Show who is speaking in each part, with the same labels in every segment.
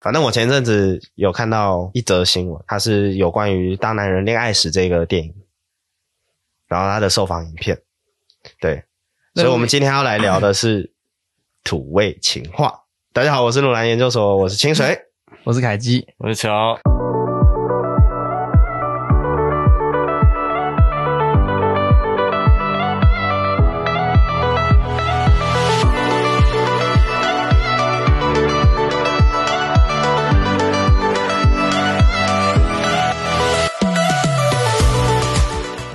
Speaker 1: 反正我前阵子有看到一则新闻，它是有关于《大男人恋爱史》这个电影，然后它的受访影片。对，
Speaker 2: 那
Speaker 1: 所以我们
Speaker 2: 你
Speaker 1: 今天要来聊的是土味情话。大家好，我是鲁南研究所，我是清水。
Speaker 2: 我是凯基，
Speaker 3: 我是乔，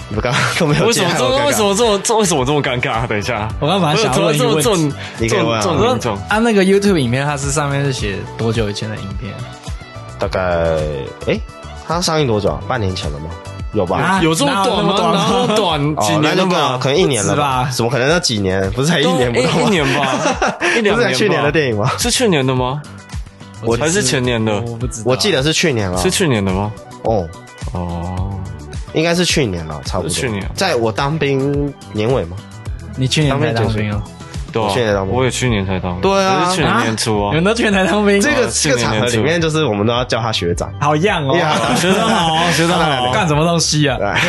Speaker 1: 你们刚刚都 没有
Speaker 3: 为
Speaker 1: 接
Speaker 3: 什么
Speaker 1: 还有
Speaker 3: 这
Speaker 1: 尴尬
Speaker 3: 为什么这么这为什么这么尴尬？等一下，
Speaker 2: 我刚本来想
Speaker 3: 怎
Speaker 2: 要
Speaker 3: 么
Speaker 2: 问一
Speaker 3: 这
Speaker 2: 个
Speaker 3: 么
Speaker 2: 问
Speaker 3: 这么
Speaker 2: 题，
Speaker 1: 你可以问
Speaker 3: 这么
Speaker 1: 啊
Speaker 3: 这
Speaker 1: 我
Speaker 3: 么
Speaker 2: 我
Speaker 3: 严
Speaker 2: 说
Speaker 3: 重？
Speaker 2: 啊，那个 YouTube 影片它是上面是写多久以前的影片
Speaker 1: 大概诶，它上映多久啊？半年前了吗？有吧？
Speaker 2: 啊
Speaker 3: 有这么短吗？
Speaker 2: 哪
Speaker 3: 哪
Speaker 2: 有那么
Speaker 3: 有
Speaker 2: 短
Speaker 3: 短
Speaker 1: 哦
Speaker 3: 几
Speaker 1: 那
Speaker 3: 年
Speaker 1: 就
Speaker 3: 了
Speaker 1: 对啊
Speaker 3: 吧？
Speaker 1: 可能一年了
Speaker 2: 不止吧
Speaker 1: 怎么可能那几年？不是才一年不
Speaker 3: 都
Speaker 1: 到
Speaker 3: 诶一
Speaker 1: 吗？
Speaker 3: 年吧，一 两
Speaker 1: 不是才
Speaker 3: 吧
Speaker 1: 去年的电影吗？ 哦
Speaker 3: 是去年的吗？
Speaker 1: 我
Speaker 3: 还是前年的
Speaker 2: 我不知道，
Speaker 1: 我记得是去年了，
Speaker 3: 是去年的吗？
Speaker 1: 哦，
Speaker 3: 哦，
Speaker 1: 应该是去年了，差不多。
Speaker 3: 是去年
Speaker 1: 在我当兵年尾吗？
Speaker 2: 你去年才当兵哦，
Speaker 3: 对啊
Speaker 1: 我去年当兵
Speaker 3: 我也去年才当，
Speaker 1: 对啊
Speaker 3: 我是去年年初
Speaker 2: 你
Speaker 3: 啊
Speaker 2: 们。都去年才当兵，
Speaker 1: 这个
Speaker 3: 去
Speaker 1: 这个
Speaker 3: 年
Speaker 1: 场合里面，
Speaker 3: 年
Speaker 1: 就是我们都要叫他学长。
Speaker 2: 好样哦
Speaker 1: 呀，
Speaker 2: 学长
Speaker 1: 啊
Speaker 2: 好，学长好， 干什么东西啊？
Speaker 1: 哎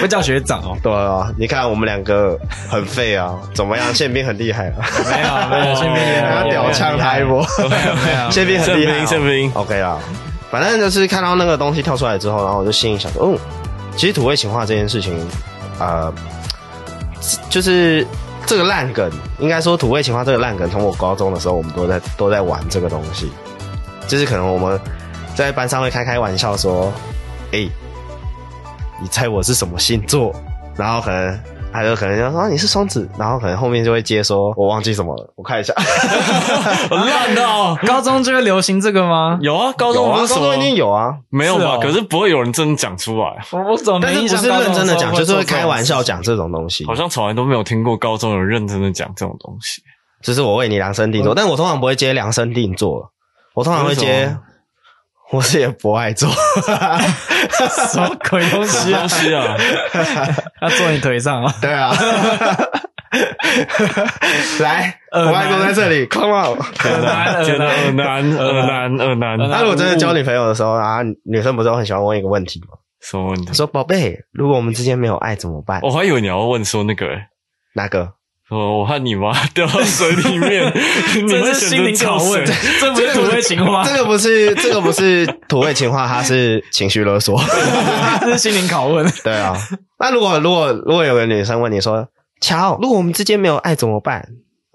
Speaker 2: 不叫学长哦，
Speaker 1: 对啊，你看我们两个很废啊，怎么样？宪兵很厉害啊，
Speaker 2: 没有没
Speaker 3: 哦
Speaker 2: 有，宪兵也
Speaker 1: 还要屌呛 他一波。
Speaker 2: 没有没
Speaker 3: 啊
Speaker 2: 有，
Speaker 1: 宪兵很厉害、
Speaker 3: 兵，宪
Speaker 1: 哦。
Speaker 3: 兵，
Speaker 1: OK 啦，反正就是看到那个东西跳出来之后，然后我就心里想说，嗯，其实土味情话这件事情，呃，就是这个烂梗，应该说土味情话这个烂梗，从我高中的时候，我们都在都在玩这个东西，就是可能我们在班上会开开玩笑说，哎、你猜我是什么星座？然后可能。还有可能就说、啊、你是双子，然后可能后面就会接说，我忘记什么了，我看一下。
Speaker 3: 很烂的哦。
Speaker 1: 嗯
Speaker 2: 高中就会流行这个吗？
Speaker 3: 有啊， 高
Speaker 1: 有
Speaker 3: 中
Speaker 1: 啊，
Speaker 3: 不
Speaker 1: 高
Speaker 3: 是什
Speaker 1: 中
Speaker 3: 么
Speaker 1: 一定有啊，
Speaker 3: 没有
Speaker 2: 是
Speaker 3: 吧
Speaker 2: 哦？
Speaker 3: 可是不会有人真的讲出来，
Speaker 2: 我我怎么
Speaker 1: 但
Speaker 2: 没
Speaker 1: 是
Speaker 2: 印
Speaker 1: 不
Speaker 2: 象
Speaker 1: 是
Speaker 2: 高中
Speaker 1: 认真的讲，
Speaker 2: 时候
Speaker 1: 就是
Speaker 2: 做
Speaker 1: 会
Speaker 2: 这种
Speaker 1: 开玩笑
Speaker 2: 事情
Speaker 1: 讲这种东西
Speaker 3: 好。像从来都没有听过高中有认真的讲这种东西。
Speaker 1: 只是我为你量身定做，但我通常不会接量身定做，我通常会
Speaker 3: 为什
Speaker 1: 接
Speaker 3: 么，
Speaker 1: 我是也不爱做。
Speaker 2: 什么鬼东
Speaker 3: 什
Speaker 2: 西
Speaker 3: 么
Speaker 2: 啊
Speaker 3: 东？西啊？
Speaker 2: 要坐你腿上啊？
Speaker 1: 对 啊，来，
Speaker 2: 呃
Speaker 1: 我外公在这里，come on。
Speaker 3: 天哪，天哪，耳男，耳男，耳男，
Speaker 1: 那我真的交女朋友的时候啊，女生不是都很喜欢问一个问题吗？
Speaker 3: 什么问题
Speaker 1: 她？说：“宝贝，如果我们之间没有爱怎么办
Speaker 3: 我还以为你要问说那个、欸，
Speaker 1: 哪个？
Speaker 3: 说哦我和你妈掉到水里 面，你
Speaker 2: 这
Speaker 3: 会
Speaker 2: 是
Speaker 3: 选
Speaker 2: 心
Speaker 3: 择
Speaker 2: 灵
Speaker 3: 跳
Speaker 2: 拷问，
Speaker 3: 水
Speaker 2: 这？这不是土味情话
Speaker 1: 这，个不是，这个不是土味情话，它是情绪勒索。
Speaker 2: 这是心灵拷问。
Speaker 1: 对啊，那如果如果如果有个女生问你说：“乔，如果我们之间没有爱怎么办？”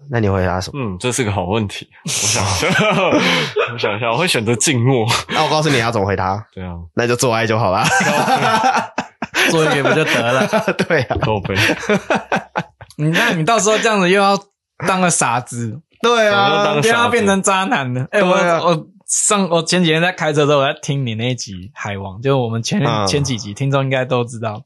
Speaker 1: 那你回答什么？
Speaker 3: 嗯，这是个好问题。我想一下， 我想一下，我会选择静默。
Speaker 1: 那我告诉你要怎么回答，
Speaker 3: 对啊，
Speaker 1: 那就做爱就好 啦。
Speaker 2: 做一个不就得了？
Speaker 1: 对啊，
Speaker 3: 靠背。
Speaker 2: 你那你到时候这样子又要当个傻子，
Speaker 1: 对
Speaker 3: 我就
Speaker 1: 啊
Speaker 3: 当，
Speaker 2: 又要变成渣男了。
Speaker 1: 对
Speaker 2: 哎、
Speaker 1: 啊
Speaker 2: 我我上我前几天在开车的时候，我在听你那一集《海王》，就是我们前、
Speaker 1: 嗯
Speaker 2: 前几集听众应该都知道。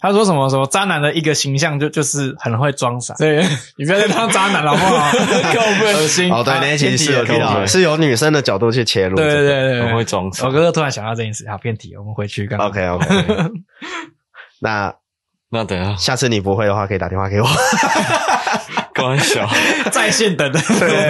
Speaker 2: 他说什么什么渣男的一个形象就就是很会装傻，所以你不要再当渣男了好不 好？恶心。
Speaker 1: 哦，对，那一
Speaker 2: 啊
Speaker 1: 期是有
Speaker 2: 偏题
Speaker 1: 听
Speaker 2: 了
Speaker 3: 靠
Speaker 1: 到，
Speaker 3: 背
Speaker 1: 是由女生的角度去切入。
Speaker 2: 对对对对，
Speaker 3: 很会装傻
Speaker 2: 我哥哥突然想到这件事，好偏题，我们回去干嘛？
Speaker 1: ，OK OK。那
Speaker 3: 那等一下，
Speaker 1: 下次你不会的话，可以打电话给我。
Speaker 3: 刚小，
Speaker 2: 在线等的，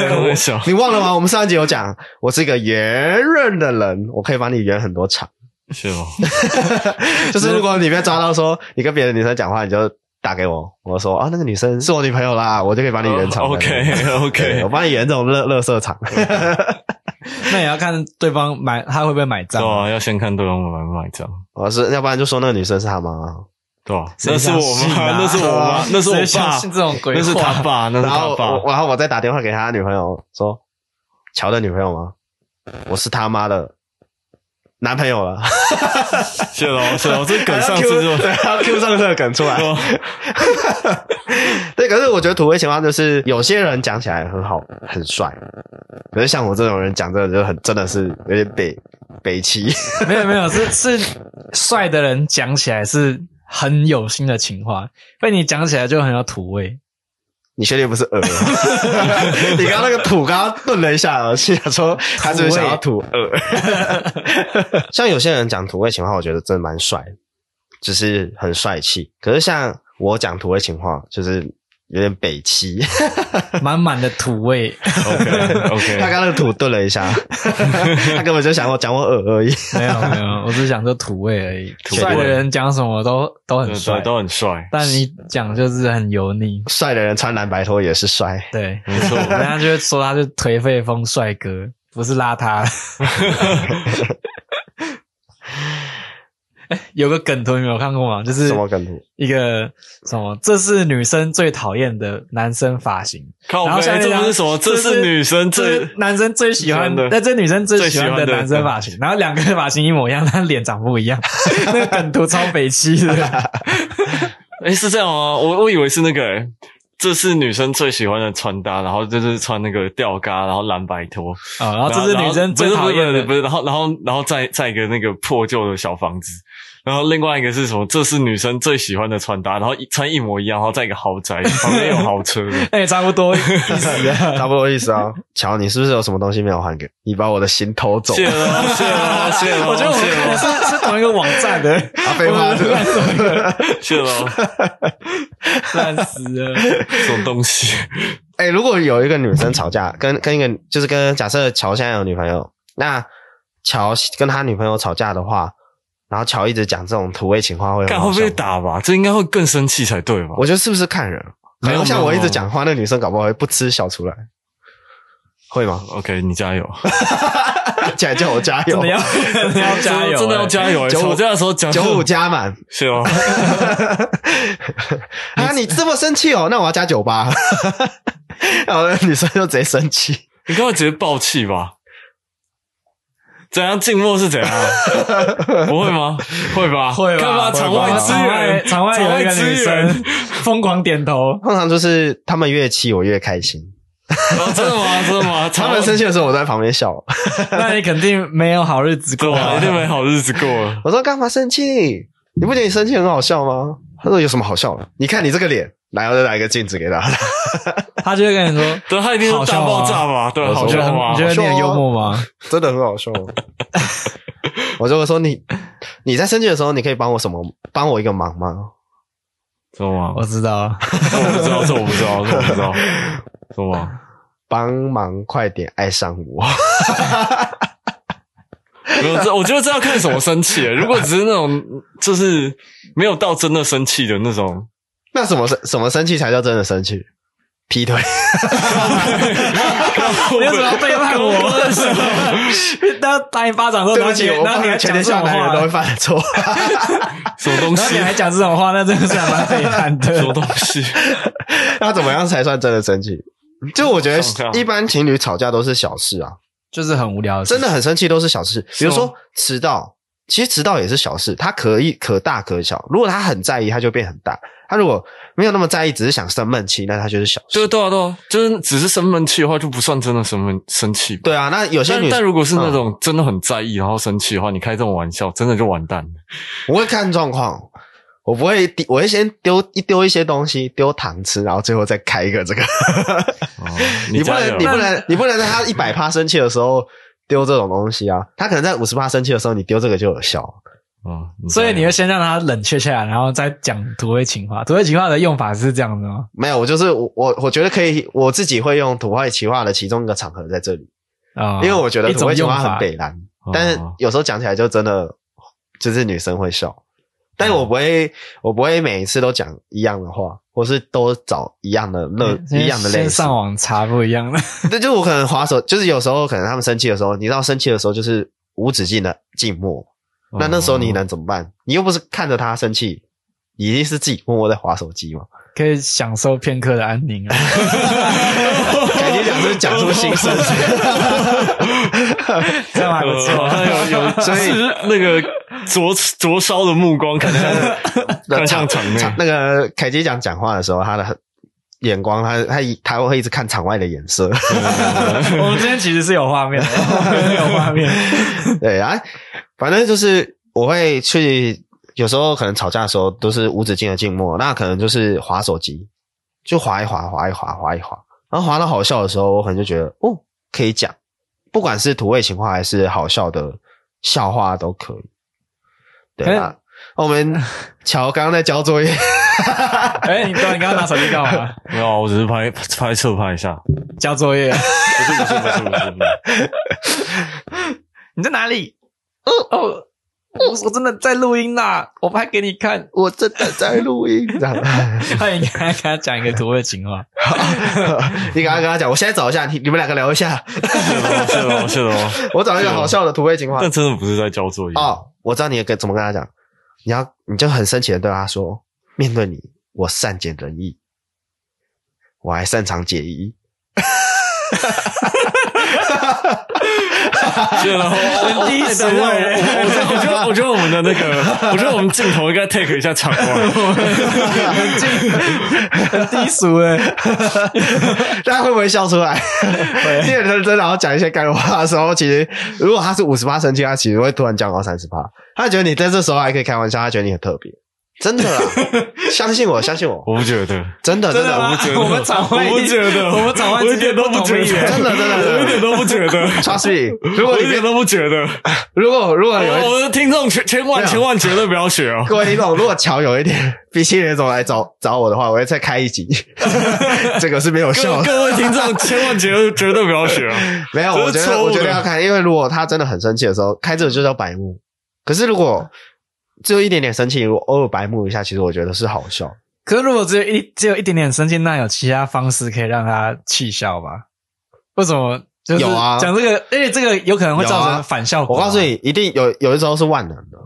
Speaker 3: 刚小，
Speaker 1: 你忘了吗？我们上一集有讲，我是一个圆润的人，我可以帮你圆很多场。
Speaker 3: 是哦吗？
Speaker 1: 就是如果你被抓到说你跟别的女生讲话，你就打给我，我说啊，那个女生哦是我女朋友啦，我就可以帮你圆场。
Speaker 3: 哦 OK 啊
Speaker 1: 对
Speaker 3: OK，
Speaker 1: 我帮你圆这种乐乐色场。
Speaker 2: 那也要看对方买，他会不会买
Speaker 3: 对
Speaker 2: 账。
Speaker 3: 啊，要先看对方买不买账。
Speaker 1: 我是要不然就说那个女生是他妈妈，
Speaker 3: 对啊，
Speaker 2: 谁
Speaker 3: 那是
Speaker 2: 相
Speaker 3: 我
Speaker 2: 信
Speaker 3: 妈
Speaker 2: 啊，
Speaker 3: 那是我妈，那是我
Speaker 2: 谁相
Speaker 3: 爸，
Speaker 2: 信这种鬼话
Speaker 3: 那是他爸，那是
Speaker 1: 然后
Speaker 3: 他爸。
Speaker 1: 我然后我再打电话给他女朋友说，乔的女朋友吗？我是他妈的男朋 友了。
Speaker 3: 谢喽，谢喽，这梗上次就
Speaker 1: 对，他 Q 上这个梗出来。 对，可是我觉得土味情话就是有些人讲起来很好很帅，可是像我这种人讲这个就很真的是有点北北齐。
Speaker 2: 没有没有，是是帅的人讲起来是很有心的情话，被你讲起来就很有土 味。
Speaker 1: 你确定不是鹅？ 你刚刚那个土刚刚顿了一下，我心想说他是不是想要土鹅？ 像有些人讲土味情话，我觉得真的蛮帅，只是很帅气。可是像我讲土味情话，就是有点北七。
Speaker 2: 满满的土味。
Speaker 3: OK
Speaker 1: 他
Speaker 3: OK，
Speaker 1: 刚那个土顿了一下， 他根本就想我讲我耳而已。
Speaker 2: 没有没有，我只想说土味而已。
Speaker 3: 土味
Speaker 2: 帅的人讲什么都都很帅
Speaker 3: 对，，都很帅，
Speaker 2: 但你讲就是很油腻。
Speaker 1: 帅的人穿蓝白拖也是帅，
Speaker 2: 对，
Speaker 3: 没错。
Speaker 2: 人家就会说他是颓废风帅哥，不是邋遢。 哎有个梗图你们有看过吗？就是
Speaker 1: 什么梗图？
Speaker 2: 一个什么，这是女生最讨厌的男生发型。
Speaker 3: 靠
Speaker 2: 然后
Speaker 3: 背，
Speaker 2: 下面
Speaker 3: 哦这
Speaker 2: 张
Speaker 3: 不是什么，这是女生
Speaker 2: 这
Speaker 3: 最
Speaker 2: 是男生最喜欢
Speaker 3: 的
Speaker 2: 那这女生最喜欢
Speaker 3: 最喜欢
Speaker 2: 的
Speaker 3: 的嗯
Speaker 2: 男生发型，然后两个发型一模一样， 但脸长不一样，那个梗图超北七 的。
Speaker 3: 哎、是这样吗？我我以为是那个、欸，这是女生最喜欢的穿搭，然后就是穿那个吊嘎，然后蓝白拖，
Speaker 2: 哦，然后这是女生最讨厌
Speaker 3: 不是不是
Speaker 2: 的
Speaker 3: 不是，然后然后然后再再一个那个破旧的小房子，然后另外一个是什么？这是女生最喜欢的穿搭，然后一穿一模一样，然后在一个豪宅旁边有 豪车的，
Speaker 2: 哎、差不多意思啊。
Speaker 1: 差不多意思啊。乔，你是不是有什么东西没有还给我？你把我的心偷走。
Speaker 3: 谢了哦，谢了哦，谢了哦，
Speaker 2: 我觉得我们看的
Speaker 3: 谢了
Speaker 2: 是是同一个网站的，
Speaker 1: 啊，废话，
Speaker 2: 我们
Speaker 3: 哦，谢了哦，
Speaker 2: 烂死了。
Speaker 3: 什么东西？
Speaker 1: 哎、如果有一个女生吵架，跟跟一个就是跟假设乔现在有女朋友，那乔跟他女朋友吵架的话，然后乔一直讲这种土味情话会很
Speaker 3: 看
Speaker 1: 好
Speaker 3: 会
Speaker 1: 笑
Speaker 3: 不会？打吧？这应该会更生气才对吧？
Speaker 1: 我觉得是不是看人？
Speaker 3: 没
Speaker 1: 可
Speaker 3: 有
Speaker 1: 能像
Speaker 3: 没有
Speaker 1: 我一
Speaker 3: 没
Speaker 1: 直
Speaker 3: 有
Speaker 1: 讲话，那女生搞不好会不吃笑出来，会吗？
Speaker 3: OK，你加油，
Speaker 1: 起来叫我加
Speaker 2: 真
Speaker 1: 油
Speaker 2: 的， 要真的要加油、
Speaker 3: 真的要加油、欸！
Speaker 1: 九五
Speaker 3: 吵架的时候讲
Speaker 1: 九五加 满
Speaker 3: 谢了哦。
Speaker 1: 啊！你这么生气哦，那我要加九 八。然后女生就直接生气，
Speaker 3: 你刚刚直接爆气吧？怎样静默是怎样？不会吗？会吧？
Speaker 2: 会吧？
Speaker 3: 看吧，场外资源，
Speaker 2: 场外有一个
Speaker 3: 哎场
Speaker 2: 女
Speaker 3: 资源
Speaker 2: 生疯狂点 头，
Speaker 1: 通常就是他们越气我越开心，
Speaker 3: 啊真的吗？真的吗？
Speaker 1: 他们生
Speaker 3: 气，
Speaker 1: 气的时候我在旁边笑。
Speaker 2: 那你肯定没有好日子
Speaker 3: 对
Speaker 2: 过
Speaker 3: 吧？
Speaker 2: 啊
Speaker 3: 一！定没好日子过了。
Speaker 1: 我说干嘛生气？你不觉得你生气很好笑吗？他说有什么好笑的？你看你这个脸，来，我再来一个镜子给他。
Speaker 2: 他就会跟你说，
Speaker 3: 对，他一定
Speaker 2: 好
Speaker 3: 是
Speaker 2: 笑
Speaker 3: 大
Speaker 2: 吗
Speaker 3: 爆炸吧？对，
Speaker 1: 我说
Speaker 3: 好
Speaker 2: 你觉
Speaker 3: 笑啊
Speaker 2: 得
Speaker 3: 吗
Speaker 2: 你？觉得你很幽默吗？
Speaker 1: 真的很好 笑。我就会说你，你在生气的时候，你可以帮我什么？帮我一个忙吗？
Speaker 3: 知道吗？
Speaker 2: 我知 道，
Speaker 3: 这啊我不知道，这我不知道，这我不知道，啊知道吗？
Speaker 1: 帮忙快点爱上我。
Speaker 3: 没有，这我觉得这要看什么生气。欸如果只是那种，就是没有到真的生气的那种，
Speaker 1: 那什么生什么生气才叫真的生气？劈腿？
Speaker 2: 你为什么要背 叛我？那打你巴掌后，
Speaker 1: 对
Speaker 2: 然
Speaker 1: 不
Speaker 2: 后
Speaker 1: 起，
Speaker 2: 你
Speaker 1: 我
Speaker 2: 然后
Speaker 1: 不
Speaker 2: 你还
Speaker 1: 能全
Speaker 2: 讲这
Speaker 1: 天
Speaker 2: 种
Speaker 1: 下
Speaker 2: 话，
Speaker 1: 男人都会犯的错。
Speaker 3: 什么东
Speaker 2: 然后
Speaker 3: 西
Speaker 2: 你，还讲这种话，那真的是还蛮背叛
Speaker 3: 什么
Speaker 2: 的。
Speaker 3: 东西，
Speaker 1: 那怎么样才算真的生气？就我觉得
Speaker 3: 上课
Speaker 1: 一般情侣吵架都是小事啊，
Speaker 2: 就是很无聊，
Speaker 1: 真的很生气都是小事，比如
Speaker 3: 是吗哦
Speaker 1: 说迟到，其实迟到也是小事，它可以可大可小。如果他很在意，他就变很大；他如果没有那么在意，只是想生闷气，那他就是小事。
Speaker 3: 对对啊对啊，就是只是生闷气的话，就不算真的生闷生气吧。
Speaker 1: 对啊，那有些
Speaker 3: 但
Speaker 1: 女
Speaker 3: 但如果是那
Speaker 1: 嗯
Speaker 3: 种真的很在意然后生气的话，你开这种玩笑，真的就完蛋了。
Speaker 1: 我会看状况，我不会丢，我会先丢一丢一些东西，丢糖吃，然后最后再开一个 这个。
Speaker 3: 哦
Speaker 1: 你不
Speaker 3: 加油
Speaker 1: 能，你不能，你不能在他一百趴生气的时候丢这种东西啊！他可能在五十趴生气的时候，你丢这个就有效。
Speaker 3: 嗯，
Speaker 2: 所以你
Speaker 3: 加
Speaker 2: 会
Speaker 3: 油
Speaker 2: 先让他冷却下来，然后再讲土味情话。土味情话的用法是这样的吗？
Speaker 1: 没有，我就是我，我我觉得可以，我自己会用土话企划的其中一个场合在这里。
Speaker 2: 啊、
Speaker 1: 因为我觉得
Speaker 2: 一
Speaker 1: 土味
Speaker 2: 种
Speaker 1: 情
Speaker 2: 用
Speaker 1: 话很
Speaker 2: 法。哦
Speaker 1: 北蓝，
Speaker 3: 啊
Speaker 1: 但是
Speaker 3: 哦
Speaker 1: 有时候讲起来就真的就是女生会笑，但
Speaker 2: 哦
Speaker 1: 是我不会，我不会每一次都讲一样的话，或是都找一样的乐
Speaker 2: 先
Speaker 1: 一样的类
Speaker 2: 嗯
Speaker 1: 似。
Speaker 2: 先上网查不一样的。
Speaker 1: 对，就是我可能滑手，就是有时候可能他们生气的时候，你知道生气的时候就是无止境的静默，
Speaker 2: 哦
Speaker 3: 哦
Speaker 1: 那那时候你能怎么办？你又不是看着他生气，你一定是自己默默在滑手机 嘛。
Speaker 2: 可以享受片刻的安宁啊！
Speaker 1: 感觉讲是讲出心声，
Speaker 2: 这样还不
Speaker 3: 好
Speaker 2: 错。
Speaker 3: 像有有，
Speaker 1: 所以
Speaker 3: 是那个灼灼烧的目光看向看向场内，
Speaker 1: 那个凯基讲讲话的时候，他的眼光，他他一他会一直看场外的眼色。
Speaker 3: 嗯
Speaker 2: 我们今天其实是有画面的，有画面。
Speaker 1: 对啊，反正就是我会去，有时候可能吵架的时候都是无止境的静默，那可能就是划手机，就划一划，划一划，划一划，然后划到好笑的时候，我可能就觉得哦，可以讲，不管是土味情话还是好笑的 笑话都可以。对啊，我们乔刚刚在交作业，
Speaker 2: 哎、你对啊，你刚刚拿手机干嘛？
Speaker 3: 没有啊，我只是拍拍侧拍一下，
Speaker 2: 交作业啊？
Speaker 3: 不是不是不是不是不是，
Speaker 2: 你在哪里？哦哦，我我真的在录音啦，我拍给你 看。
Speaker 1: 我真的在录音，这样。
Speaker 2: 他应该跟他讲一个土味情话。
Speaker 1: 你赶快跟他讲，我现在找一下，你你们两个聊一下，
Speaker 3: 是 喽是喽是喽，
Speaker 1: 我找一个好笑的土味情话。
Speaker 3: 但真的不是在交作业，
Speaker 1: 哦，我知道你跟怎么跟他讲，你要你就很生气的对他说，面对你，我善解人意，我还擅长解疑。
Speaker 3: 是喽，
Speaker 2: 很低俗
Speaker 3: 我
Speaker 2: 欸
Speaker 3: 我我觉得我觉得我觉得我们的那个，我觉得我们镜头应该 take 一下场外，
Speaker 2: 很近，很低俗哎、
Speaker 1: 大家会不会笑出来？因为认真然后讲一些干话的时候，其实如果他是五十八生气，他其实会突然降到三十八。他觉得你在这时候还可以开玩笑，他觉得你很特别，真的啦，啊相信我，相信我，
Speaker 3: 我不觉得，
Speaker 1: 真的真
Speaker 2: 真的
Speaker 1: 的
Speaker 2: 吗
Speaker 3: 我不觉得，
Speaker 2: 我 们场外
Speaker 3: 我不觉得，
Speaker 2: 我们场外
Speaker 3: 我一点都不觉得，
Speaker 2: 直接不
Speaker 1: 同意真的真的真的
Speaker 3: 我一点都不觉得。
Speaker 1: ，trust me，如果
Speaker 3: 我
Speaker 1: 你
Speaker 3: 一点
Speaker 1: 变
Speaker 3: 都不觉得，
Speaker 1: 如果如果有一
Speaker 3: 我的听众千千万千万绝对不要学哦！
Speaker 1: 各位听众，如果乔有一点 比心人总来找找我的话，我会再开一集， 这个是没有效的。
Speaker 3: 各各位听众千万绝对绝对不要学哦！
Speaker 1: 没有，我觉
Speaker 3: 这是
Speaker 1: 得
Speaker 3: 错误
Speaker 1: 我
Speaker 3: 的
Speaker 1: 觉得要看，因为如果他真的很生气的时候，开这个就叫白目。可是如果只有一点点生气，我偶尔白目一下，其实我觉得是好笑。
Speaker 2: 可是如果只有一只有一点点生气，那有其他方式可以让他气消吧？为什么？就是
Speaker 1: 有啊
Speaker 2: 讲这个，而且这个有可能会造
Speaker 1: 有啊
Speaker 2: 成反效果、
Speaker 1: 我告诉，你，一定有有一招是万能的，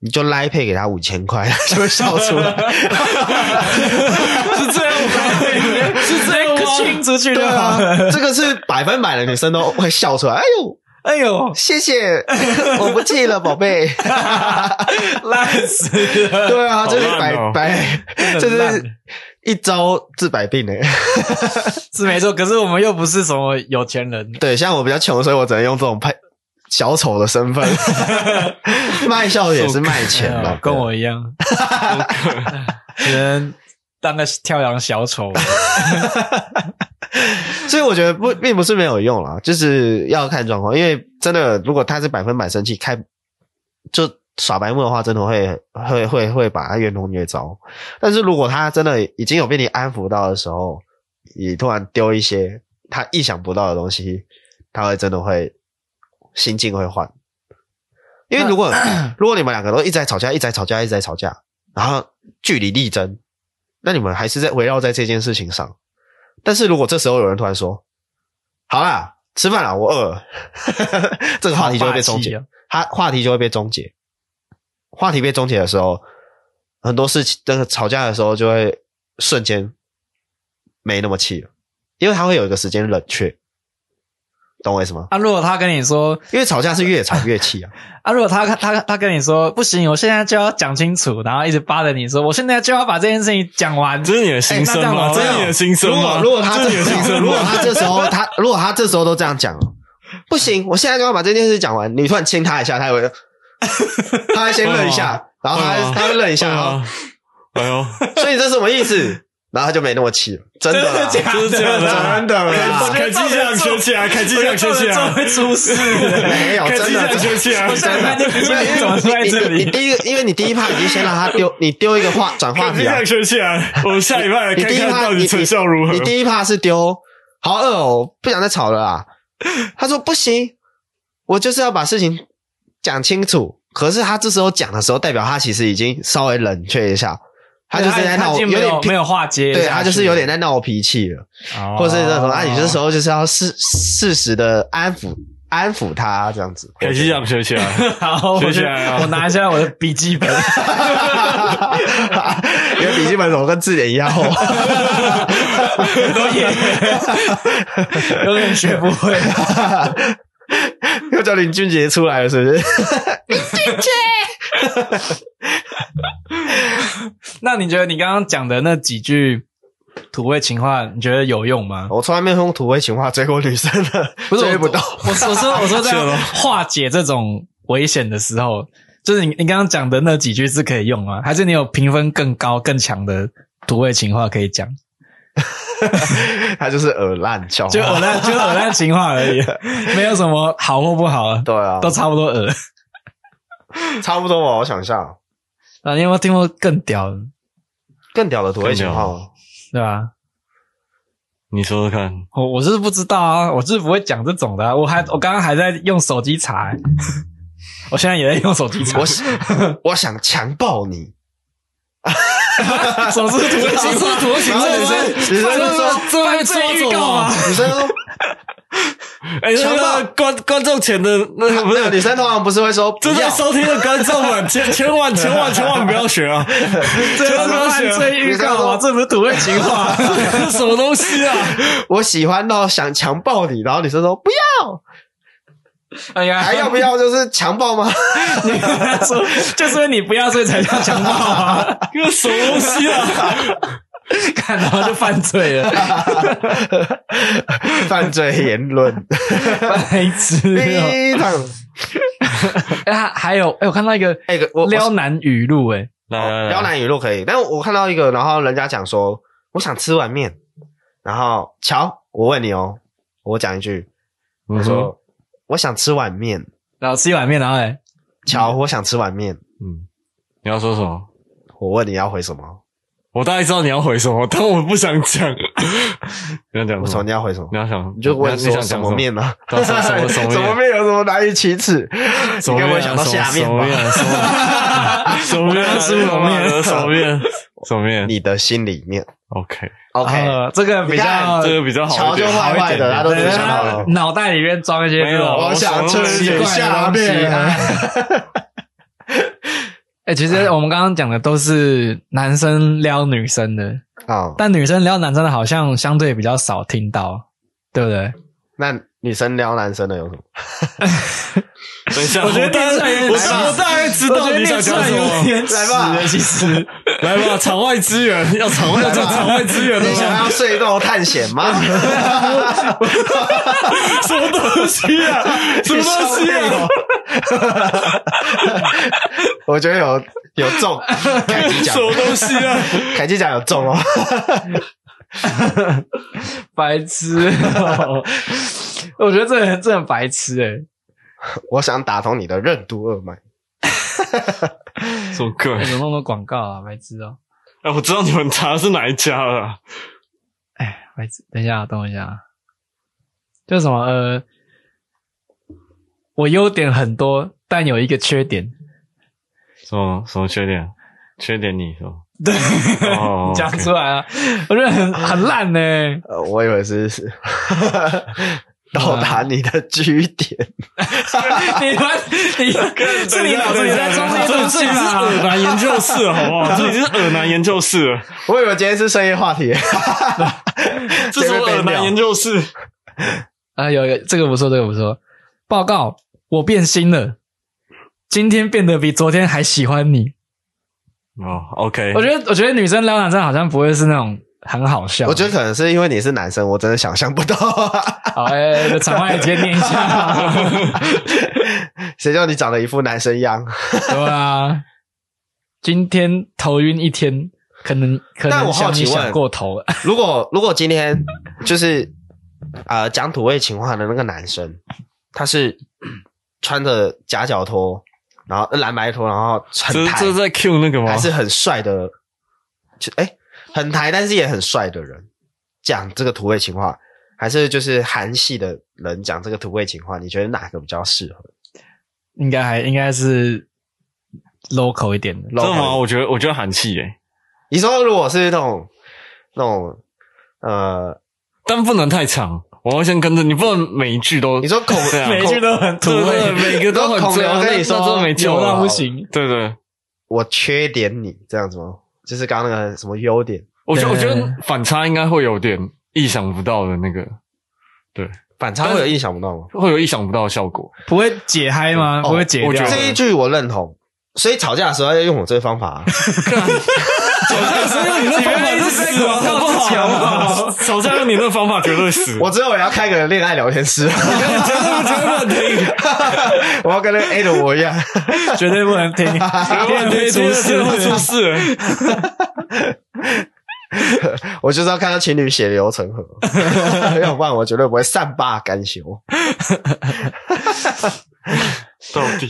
Speaker 1: 你就拉配给他五千块， 他就会笑出来。
Speaker 2: 是这样吗？是这样吗？清出去
Speaker 1: 对
Speaker 2: 就好
Speaker 1: 啊
Speaker 2: 了。，
Speaker 1: 这个是百分百的女生都会笑出来。哎呦，
Speaker 2: 哎呦，
Speaker 1: 谢谢， 我不气了，宝贝。
Speaker 2: 烂死 了！
Speaker 1: 对啊，这是
Speaker 3: 好
Speaker 1: 百
Speaker 3: 烂哦
Speaker 1: 百，这
Speaker 2: 真的烂
Speaker 1: 是一招治百病欸诶。
Speaker 2: 是没错，可是我们又不是什么有钱人，
Speaker 1: 对，像我比较穷，所以我只能用这种派小丑的身份 卖笑也是卖钱
Speaker 2: 哎
Speaker 1: 嘛
Speaker 2: 呦，跟我一 样，只能当个跳梁小丑。
Speaker 1: 对，所以我觉得不并不是没有用啦，就是要看状况，因为真的如果他是百分百生气开就。耍白目的话，真的会会会会把他越弄越糟。但是如果他真的已经有被你安抚到的时候，你突然丢一些他意想不到的东西，他会真的会心境会换。因为如 果如果你们两个都一直在吵架，一直在吵架，一直在吵架，然后据理力争，那你们还是在围绕在这件事情上。但是如果这时候有人突然说：“好啦，吃饭啦，我饿 了。”这个话题就会被终结
Speaker 2: 好霸气哦，
Speaker 1: 他话题就会被终结。话题被终结的时候，很多事情，那个吵架的时候就会瞬间没那么气了，因为他会有一个时间冷却，懂我意思吗？
Speaker 2: 啊，如果他跟你说，
Speaker 1: 因为吵架是越吵越气啊。
Speaker 2: 啊，如果他他他跟你说不行，我现在就要讲清楚，然后一直扒着你说，我现在就要把这件事情讲完。
Speaker 3: 这是你的心声吗？
Speaker 2: 哎那
Speaker 3: 这
Speaker 2: 这样
Speaker 3: 是你的心声
Speaker 1: 如哦
Speaker 3: 吗
Speaker 1: 果？如果他
Speaker 3: 这是你的心
Speaker 1: 这
Speaker 3: 声
Speaker 1: 如果
Speaker 3: 吗？
Speaker 1: 他这时候他如果他这时候都这样讲，不行，我现在就要把这件事讲完。你突然亲他一下，他 会他会先愣一下，然后他
Speaker 3: 会吗
Speaker 1: 他会愣一下，然后
Speaker 3: 啊！哎呦，
Speaker 1: 所以这什么意思？然后他就没那么气了，真的 啦，
Speaker 2: 真的假
Speaker 3: 就是这样
Speaker 1: 真的啦
Speaker 2: 我觉，得
Speaker 3: 啊凯基这样学起啊来，凯基这样学起
Speaker 2: 这
Speaker 3: 来，
Speaker 2: 会出事。
Speaker 1: 没有
Speaker 3: 啊凯
Speaker 1: 真
Speaker 3: 基这
Speaker 1: 的
Speaker 3: 样
Speaker 1: 真的。
Speaker 3: 学起来
Speaker 2: 我，现在发现你
Speaker 1: 因
Speaker 2: 怎么坐在
Speaker 1: 为
Speaker 2: 这
Speaker 1: 你你你
Speaker 2: 里？
Speaker 1: 第一个，因为你第一趴已经先让他丢，你丢一个话转话
Speaker 3: 凯基
Speaker 1: 题
Speaker 3: 这
Speaker 1: 啊
Speaker 3: 样，学起 来。我们下礼拜来
Speaker 1: 你
Speaker 3: 看
Speaker 1: 第一
Speaker 3: 看
Speaker 1: 趴
Speaker 3: 到
Speaker 1: 你
Speaker 3: 底成效如何
Speaker 1: 你。第一趴是丢，好饿哦，不想再吵了啦。他说不行，我就是要把事情讲清楚。可是他这时候讲的时候，代表他其实已经稍微冷却一下，他就是在闹，
Speaker 2: 啊已经
Speaker 1: 有
Speaker 2: 没
Speaker 1: 点
Speaker 2: 有
Speaker 1: 脾
Speaker 2: 没有化接下去，
Speaker 1: 对他就是有点在闹脾气了，
Speaker 2: 哦，
Speaker 1: 或者是那种啊，你这时候就是要适适时的安抚安抚他这样 子。
Speaker 3: 凯基这样学起来，
Speaker 2: 好，我
Speaker 3: 学起
Speaker 2: 就
Speaker 3: 来啊
Speaker 2: 我拿一下我的笔记本。
Speaker 1: 你的笔记本怎么跟字典一样厚？
Speaker 2: 都演，永远学不会。
Speaker 1: 又叫林俊杰出来了，是不是？
Speaker 2: 那你觉得你刚刚讲的那几句土味情话，你觉得有用吗？
Speaker 1: 我从来没有用土味情话追过女生的，
Speaker 2: 不是
Speaker 1: 追不到。
Speaker 2: 我我我说我说这样化解这种危险的时候，就是你你刚刚讲的那几句是可以用吗？还是你有评分更高更强的土味情话可以讲？
Speaker 1: 他就是耳烂笑话，
Speaker 2: 就耳烂就耳烂情话而已， 没有什么好或不好，
Speaker 1: 对啊，
Speaker 2: 都差不多耳。
Speaker 1: 差不多吧。我想一下，
Speaker 2: 啊，你有没有听过更屌的？
Speaker 1: 更屌的土味情话
Speaker 3: 更
Speaker 1: 吗？
Speaker 2: 对吧？
Speaker 3: 你说说看，
Speaker 2: 我我是不知道啊，我是不会讲这种的啊、我还我刚刚还在用手机查、欸 我现在也在用手机查。
Speaker 1: 我想我想强暴你，
Speaker 2: 什么是土味
Speaker 4: 这
Speaker 2: 情
Speaker 4: 是
Speaker 2: 话？
Speaker 4: 土味情
Speaker 1: 然
Speaker 4: 话
Speaker 1: 后女生女生就说，
Speaker 4: 这会被
Speaker 2: 犯罪
Speaker 4: 抓
Speaker 2: 预
Speaker 4: 走
Speaker 2: 告
Speaker 4: 吗
Speaker 2: 啊？
Speaker 1: 女生说，
Speaker 3: 哎、
Speaker 1: 强暴
Speaker 3: 那个观观众前的那个不
Speaker 1: 那个
Speaker 3: 是
Speaker 1: 女生通常不是会说不
Speaker 3: 正在
Speaker 1: 要，
Speaker 3: 收听的观众们， 千千万千万千万不要学啊！
Speaker 2: 这
Speaker 3: 千万
Speaker 2: 是
Speaker 3: 不要学
Speaker 2: 犯
Speaker 3: 啊，
Speaker 2: 罪预告吗？这不是土味情话、
Speaker 3: 这什么东西啊？
Speaker 1: 我喜欢到想强暴你，然后女生说不要，
Speaker 2: 哎呀，
Speaker 1: 还要不要就是强暴吗？
Speaker 2: 你跟他说， 就是你不要睡才叫强暴啊，
Speaker 3: 这什么东西啊？
Speaker 2: 看然后就犯罪了，
Speaker 1: 犯罪言论，
Speaker 2: 白痴哦、
Speaker 1: 非常
Speaker 2: 哎、还还有，哎、我看到一个
Speaker 1: 哎，我我
Speaker 2: 撩男语录、哎，
Speaker 3: 来来来，
Speaker 1: 撩男语录可以，但我看到一个，然后人家讲说，我想吃碗面，然后瞧，我问你哦，我讲一句，我
Speaker 3: 嗯哼，
Speaker 1: 说我想吃碗面，
Speaker 2: 然后吃一碗面，然后哎，
Speaker 1: 瞧，我想吃碗面，
Speaker 3: 嗯，你要说什么？
Speaker 1: 我问你要回什么？
Speaker 3: 我大概知道你要回什么，但我不想讲。 你要讲
Speaker 1: 我
Speaker 3: 什
Speaker 1: 说
Speaker 3: 么？
Speaker 1: 你要回什么
Speaker 3: 你？要想，
Speaker 1: 你就问
Speaker 3: 嗯你要
Speaker 1: 说
Speaker 3: 你想
Speaker 1: 什
Speaker 3: 讲
Speaker 1: 么面呢、啊？
Speaker 3: 什么什么什么
Speaker 1: 什么面有什么难以启齿？
Speaker 3: 什
Speaker 1: 你该
Speaker 3: 么
Speaker 1: 不会
Speaker 3: 面
Speaker 1: 想
Speaker 3: 啊？
Speaker 1: 到下
Speaker 3: 什
Speaker 1: 面
Speaker 3: 么面
Speaker 1: 吧？
Speaker 3: 啊？什么什么面啊？什么 面啊？什么面？什么面
Speaker 1: 你的心里面
Speaker 3: ？OK，
Speaker 1: ，OK，
Speaker 2: 呃，这个比较
Speaker 1: 你看
Speaker 3: 这个比较好一
Speaker 1: 瞧就
Speaker 3: 点，
Speaker 1: 坏坏的
Speaker 3: 好一点
Speaker 1: 他都
Speaker 2: 对
Speaker 1: 自己想到
Speaker 2: 他
Speaker 1: 了
Speaker 2: 脑袋里面装一些
Speaker 3: 没
Speaker 2: 这
Speaker 3: 有
Speaker 2: 种
Speaker 3: 我
Speaker 1: 想
Speaker 3: 想
Speaker 1: 吃
Speaker 3: 吃
Speaker 1: 你
Speaker 2: 奇怪
Speaker 1: 下
Speaker 2: 的东西啊
Speaker 1: 面。。
Speaker 2: 哎、其实我们刚刚讲的都是男生撩女生的，
Speaker 1: 好，
Speaker 2: 但女生撩男生的好像相对比较少听到，对不对？
Speaker 1: 那女生撩男生的 有什么？
Speaker 3: 等一下，
Speaker 2: 我觉得
Speaker 3: 大概
Speaker 2: 电视台有点
Speaker 3: 我
Speaker 2: 来吧
Speaker 3: 我大概知道你想讲什么。
Speaker 2: 点
Speaker 1: 来吧
Speaker 2: 其实
Speaker 3: 来吧，场外资源要场外要讲场外资源的
Speaker 1: 你想
Speaker 3: 吗？
Speaker 1: 要隧道探险吗？
Speaker 3: 什么东西啊？ 什么东西啊？
Speaker 1: 我觉得有有 中，凯基讲
Speaker 3: 什，么东西啊？
Speaker 1: 凯基讲有中哦。
Speaker 2: 白痴哦、 我觉得这人真的很白痴哎、
Speaker 1: 我想打通你的任督二脉。
Speaker 3: 什么鬼
Speaker 2: 欸，？怎么弄的广告啊，白痴哦、
Speaker 3: 哎，我知道你们查的是哪一家了。
Speaker 2: 哎，白痴，等一下，等我一下，就什么呃，我优点很多，但有一个缺点，
Speaker 3: 什么什么缺点？缺点你是吧？
Speaker 2: 对，
Speaker 3: 哦
Speaker 2: 讲出来啊，我觉得很很烂呢、
Speaker 1: 呃，我以为是 到达你的据点。
Speaker 2: 你玩你是你脑子里在装那些东西
Speaker 3: 这已经是
Speaker 2: 吧？
Speaker 3: 耳男研究室，好不好？这已经是耳男研究室了，
Speaker 1: 我以为今天是深夜话题，
Speaker 3: 这是我耳男研究室。
Speaker 2: 啊，有有这个不错，这个不错。报告，我变心了，今天变得比昨天还喜欢你。
Speaker 3: 哦，OK，
Speaker 2: 我觉得，我觉得女生撩男生好像不会是那种很好笑。
Speaker 1: 我觉得可能是因为你是男生，我真的想象不到。啊
Speaker 2: 好，哎、哎哎场外也先念一下，
Speaker 1: 谁叫你长得一副男生样？
Speaker 2: 对啊。今天头晕一天，可能可
Speaker 1: 但
Speaker 2: 能
Speaker 1: 我好
Speaker 2: 想
Speaker 1: 奇
Speaker 2: 你想
Speaker 1: 问
Speaker 2: 过头了。
Speaker 1: 如果如果今天就是呃讲土味情话的那个男生，他是穿着夹脚拖，然后呃蓝白拖，然后很
Speaker 3: 这
Speaker 1: 抬，
Speaker 3: 这是在 Q 那个吗
Speaker 1: 还？是很帅的，就哎、很抬，但是也很帅的人讲这个土味情话，还是就是韩系的人讲这个土味情话，你觉得哪个比较适合？
Speaker 2: 应该还应该是 local 一点的，
Speaker 3: 真的吗？
Speaker 1: Local
Speaker 3: 我觉得我觉得韩系耶，
Speaker 1: 你说如果是那种那种呃，
Speaker 3: 但不能太长。我要先跟着你，不能每一句都
Speaker 1: 你说口
Speaker 3: 对啊
Speaker 1: 每一句
Speaker 2: 都很
Speaker 3: 对
Speaker 2: 味，
Speaker 3: 对，每个都很
Speaker 1: 孔
Speaker 3: 重
Speaker 1: 刘
Speaker 3: 要。
Speaker 1: 跟你说
Speaker 3: 那那真的没救
Speaker 2: 油
Speaker 3: 了，
Speaker 2: 到不行。
Speaker 3: 对对，
Speaker 1: 我缺点你这样子吗？就是刚刚那个什么优点？
Speaker 3: 我觉得我
Speaker 2: 对
Speaker 3: 觉得反差应该会有点意想不到的那个，对，
Speaker 1: 反差会有意想不到吗？
Speaker 3: 会有意想不到的效果。
Speaker 2: 不会解嗨吗？
Speaker 1: 哦
Speaker 2: 不会解
Speaker 3: 我觉
Speaker 2: 掉
Speaker 3: 得
Speaker 2: 吗。
Speaker 1: 这一句我认同，所以吵架的时候要用我这个方法啊、
Speaker 3: 手上用你那方法就死了，好不好？手上用你那方法绝对 死。
Speaker 1: 我之后也要开个恋爱聊天室，啊
Speaker 3: 绝对绝对不能听，
Speaker 1: 我要跟那个 A 的我一样。
Speaker 2: 绝对不能听，绝
Speaker 3: 绝对不能听，
Speaker 2: 出事，
Speaker 3: 会出事。
Speaker 1: 我就是要看到情侣血流成河，要不然我绝对不会善罢甘休。
Speaker 3: 到底，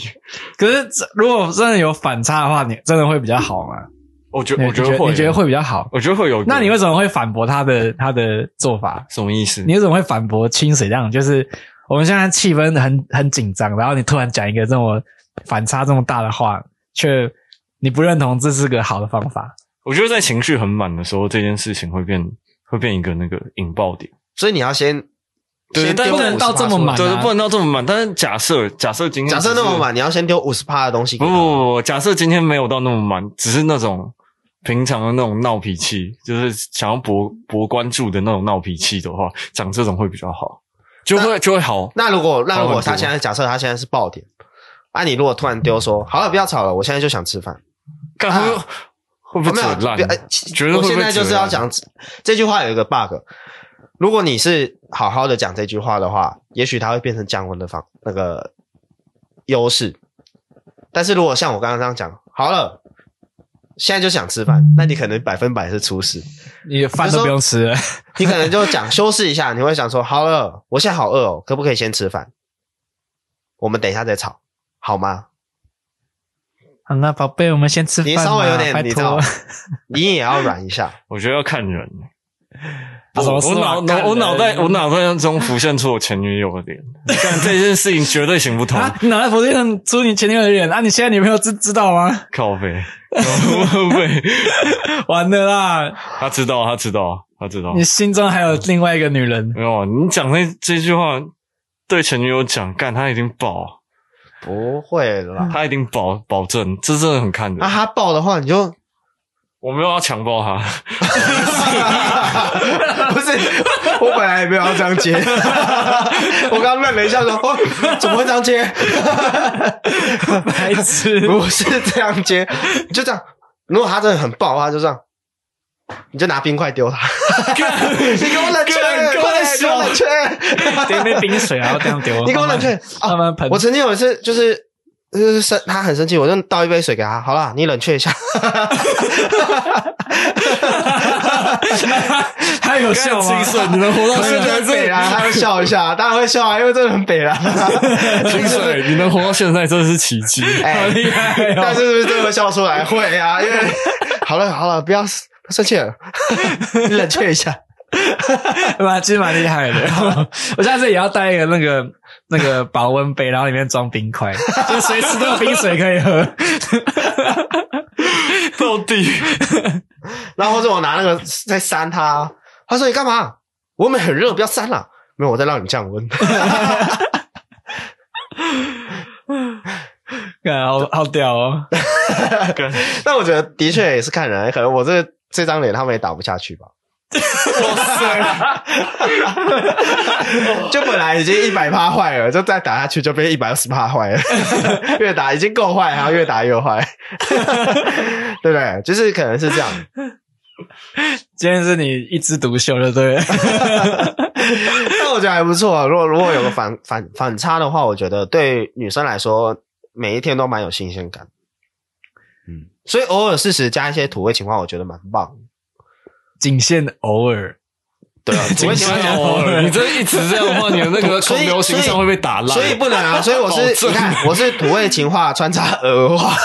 Speaker 2: 可是这如果真的有反差的话，你真的会比较好吗？
Speaker 3: 我觉
Speaker 2: 对
Speaker 3: 我觉得会，啊
Speaker 2: 你觉得会比较好？
Speaker 3: 我觉得会有。
Speaker 2: 那你为什么会反驳他的他的做法？
Speaker 3: 什么意思？
Speaker 2: 你为什么会反驳清水亮？就是我们现在气氛很很紧张，然后你突然讲一个这么反差这么大的话，却你不认同这是个好的方法。
Speaker 3: 我觉得在情绪很满的时候，这件事情会变会变一个那个引爆点。
Speaker 1: 所以你要先
Speaker 3: 对
Speaker 1: 先
Speaker 3: 但
Speaker 1: 丢
Speaker 3: 不能
Speaker 1: 50%
Speaker 2: 到这么
Speaker 1: 出来
Speaker 2: 满啊
Speaker 3: 对，不能到这么满。但是假设假设今天
Speaker 1: 假设
Speaker 3: 只
Speaker 1: 那
Speaker 3: 是
Speaker 1: 么满，你要先丢五十趴的东西给
Speaker 3: 不
Speaker 1: 他。
Speaker 3: 不不不，假设今天没有到那么满，只是那种平常的那种闹脾气，就是想要博博关注的那种闹脾气的话，讲这种会比较好，就会就会好。
Speaker 1: 那如果那如果
Speaker 3: 好很多
Speaker 1: 他现在假设他现在是爆点，啊，你如果突然丢说
Speaker 3: 嗯
Speaker 1: 好了，不要吵了，我现在就想吃饭，
Speaker 3: 干会
Speaker 2: 啊
Speaker 3: 不会会不
Speaker 1: 我
Speaker 3: 会
Speaker 1: 没有
Speaker 3: 扯烂
Speaker 1: 不要？
Speaker 2: 哎
Speaker 1: 呃
Speaker 3: 觉得
Speaker 1: 我现在就是要讲这句话有一个 bug，如果你是好好的讲这句话的话，也许它会变成降温的方那个优势，但是如果像我刚刚这样讲，好了。现在就想吃饭，那你可能百分百是出事，
Speaker 2: 你的饭都不用吃了，
Speaker 1: 你可能就讲修饰一下，你会想说，好了，我现在好饿哦，可不可以先吃饭？我们等一下再吵，好吗？
Speaker 2: 好了，宝贝，我们先吃饭
Speaker 1: 你
Speaker 2: 吧。
Speaker 1: 稍微有点，
Speaker 2: 拜
Speaker 1: 你知 道
Speaker 2: 托，，
Speaker 1: 你也要软一下。
Speaker 3: 我觉得要看人。
Speaker 2: 啊什么
Speaker 3: 我
Speaker 2: 事啊
Speaker 3: 脑
Speaker 2: 看
Speaker 3: 脑
Speaker 2: 人
Speaker 3: 我脑袋我脑袋中浮现出我前女友的 脸，但这件事情绝对行不通。
Speaker 2: 啊，你脑袋不是很猪你前女友的脸啊？你现在女朋友知知道 吗？
Speaker 3: 靠 背，靠背，
Speaker 2: 完了啦，
Speaker 3: 他知道，他知道，他
Speaker 1: 哦
Speaker 3: 知道
Speaker 2: 你。心中还有另外一个女人。
Speaker 3: 没有啊，你讲那这句话对前女友讲，干他一定爆，
Speaker 1: 不会啦，
Speaker 3: 他一定保保证，这真的很
Speaker 2: 嗯
Speaker 3: 看人。
Speaker 1: 啊，他爆的话你就
Speaker 3: 我没有要强暴他，
Speaker 1: 不是，我本来也没有要这样接， 我刚刚愣了一下说，哦，怎么会这样接？
Speaker 2: 白痴，
Speaker 1: 不是这样接，就这样。如果他真的很爆的话，就这样，你就拿冰块丢他， 你给我冷却，
Speaker 2: 干
Speaker 1: 快点
Speaker 2: 够
Speaker 1: 给我冷
Speaker 2: 丢
Speaker 1: 却，
Speaker 2: 一杯冰水，然后这样丢。
Speaker 1: 你给我冷却啊
Speaker 2: 慢！慢喷。
Speaker 1: 我曾经有一次就是。就是生他很生气，我就倒一杯水给他。好啦，你冷却一下。
Speaker 2: 还有效吗？
Speaker 3: 清水，你能活到现在
Speaker 1: 很北
Speaker 3: 这，
Speaker 1: 啊啦，他会笑一下，当然会笑啊，因为真的很北啦。
Speaker 3: 清水，你能活到现在真的是奇迹。
Speaker 1: 哎，
Speaker 2: 厉害
Speaker 1: 但
Speaker 2: 哦！
Speaker 1: 是是不是真的会笑出来？会啊，因为好了好了，不要生气了，你冷却一下。
Speaker 2: 蛮其实蛮厉害 的。我下次也要带一个那个那个保温杯，然后里面装冰 块，就随时都有冰水可以喝。
Speaker 3: 到底
Speaker 1: 然后或者我拿那个在扇他，啊他说你干嘛？我们很热，不要扇了。没有，我在让你降温。
Speaker 2: 看，好好屌哦！
Speaker 3: 干
Speaker 1: 但我觉得的确也是看人，可能我这这张脸他们也打不下去吧。
Speaker 3: 哇塞，
Speaker 1: 就本来已经一百趴坏了，就再打下去就变一百二十趴坏了， 越打已经够坏，还要越打越坏， 对不对？就是可能是这样。
Speaker 2: 今天是你一枝独秀了，对不 对？
Speaker 1: 但我觉得还不错。啊如果如果有个反反反差的话，我觉得对女生来说，每一天都蛮有新鲜感。嗯，所以偶尔适时加一些土味情话，我觉得蛮棒的。
Speaker 2: 仅限偶尔，
Speaker 1: 对啊，土味 情话
Speaker 2: 仅
Speaker 1: 讲
Speaker 2: 限偶尔
Speaker 3: 哦你这一直这样的话，你的那个
Speaker 1: 所
Speaker 3: 空
Speaker 1: 以
Speaker 3: 流形象会被打烂。
Speaker 1: 所以不能 啊。所以我
Speaker 3: 保
Speaker 1: 是
Speaker 3: 证
Speaker 1: 你看，我是土味情话穿插俄话。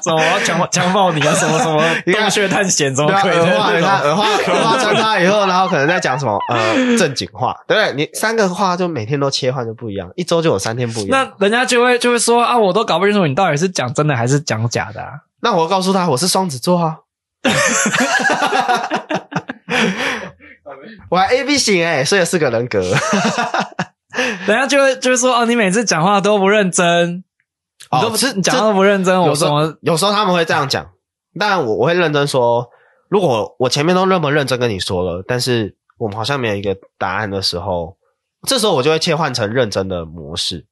Speaker 2: 什么我要强暴强暴你啊？什么什么
Speaker 1: 你看
Speaker 2: 洞穴探险，怎么
Speaker 1: 对啊，
Speaker 2: 哦可以的
Speaker 1: 耳化，
Speaker 2: 那
Speaker 1: 你看耳化，耳化
Speaker 2: 种
Speaker 1: 穿插以后，然后可能在讲什么呃正经话，对不对？你三个话就每天都切换就不一样，一周就有三天不一样。
Speaker 2: 那人家就会就会说啊，我都搞不清楚你到底是讲真的还是讲假的、啊。
Speaker 1: 那我告诉他我是双子座 啊， 我还 A B 型哎、所以有四个人格。
Speaker 2: 人家就会就会说哦，你每次讲话都不认真，你都不
Speaker 1: 是
Speaker 2: 你讲话都不认真，我
Speaker 1: 哦有时
Speaker 2: 什
Speaker 1: 候
Speaker 2: 么
Speaker 1: 有时候他们会这样讲，但我我会认真说，如果我前面都那么认真跟你说了，但是我们好像没有一个答案的时候，这时候我就会切换成认真的模式，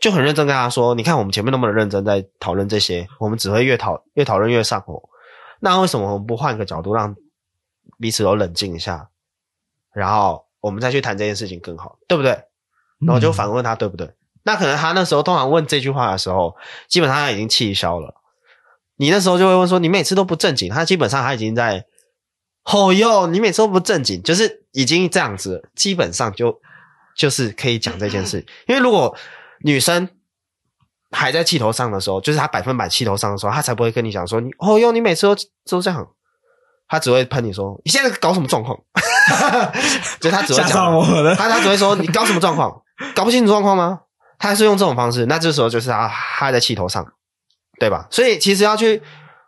Speaker 1: 就很认真跟他说，你看我们前面那么认真在讨论这些，我们只会越讨越讨论越上火，那为什么我们不换个角度让彼此都冷静一下，然后我们再去谈这件事情更好，对不对？然后我就反问他对不对？那可能他那时候通常问这句话的时候，基本上他已经气消了。你那时候就会问说，你每次都不正经，他基本上他已经在吼哟，你每次都不正经，就是已经这样子了，基本上就就是可以讲这件事。因为如果女生还在气头上的时候，就是他百分百气头上的时候，他才不会跟你讲说你哦哟，你每次都都这样，他只会喷你说你现在搞什么状况， 就他只会
Speaker 2: 吓到
Speaker 1: 讲，
Speaker 2: 我 了。
Speaker 1: 他他只会说你搞什么状况，搞不清楚状况吗？他还是用这种方式，那这时候就是他他在气头上，对吧？所以其实要去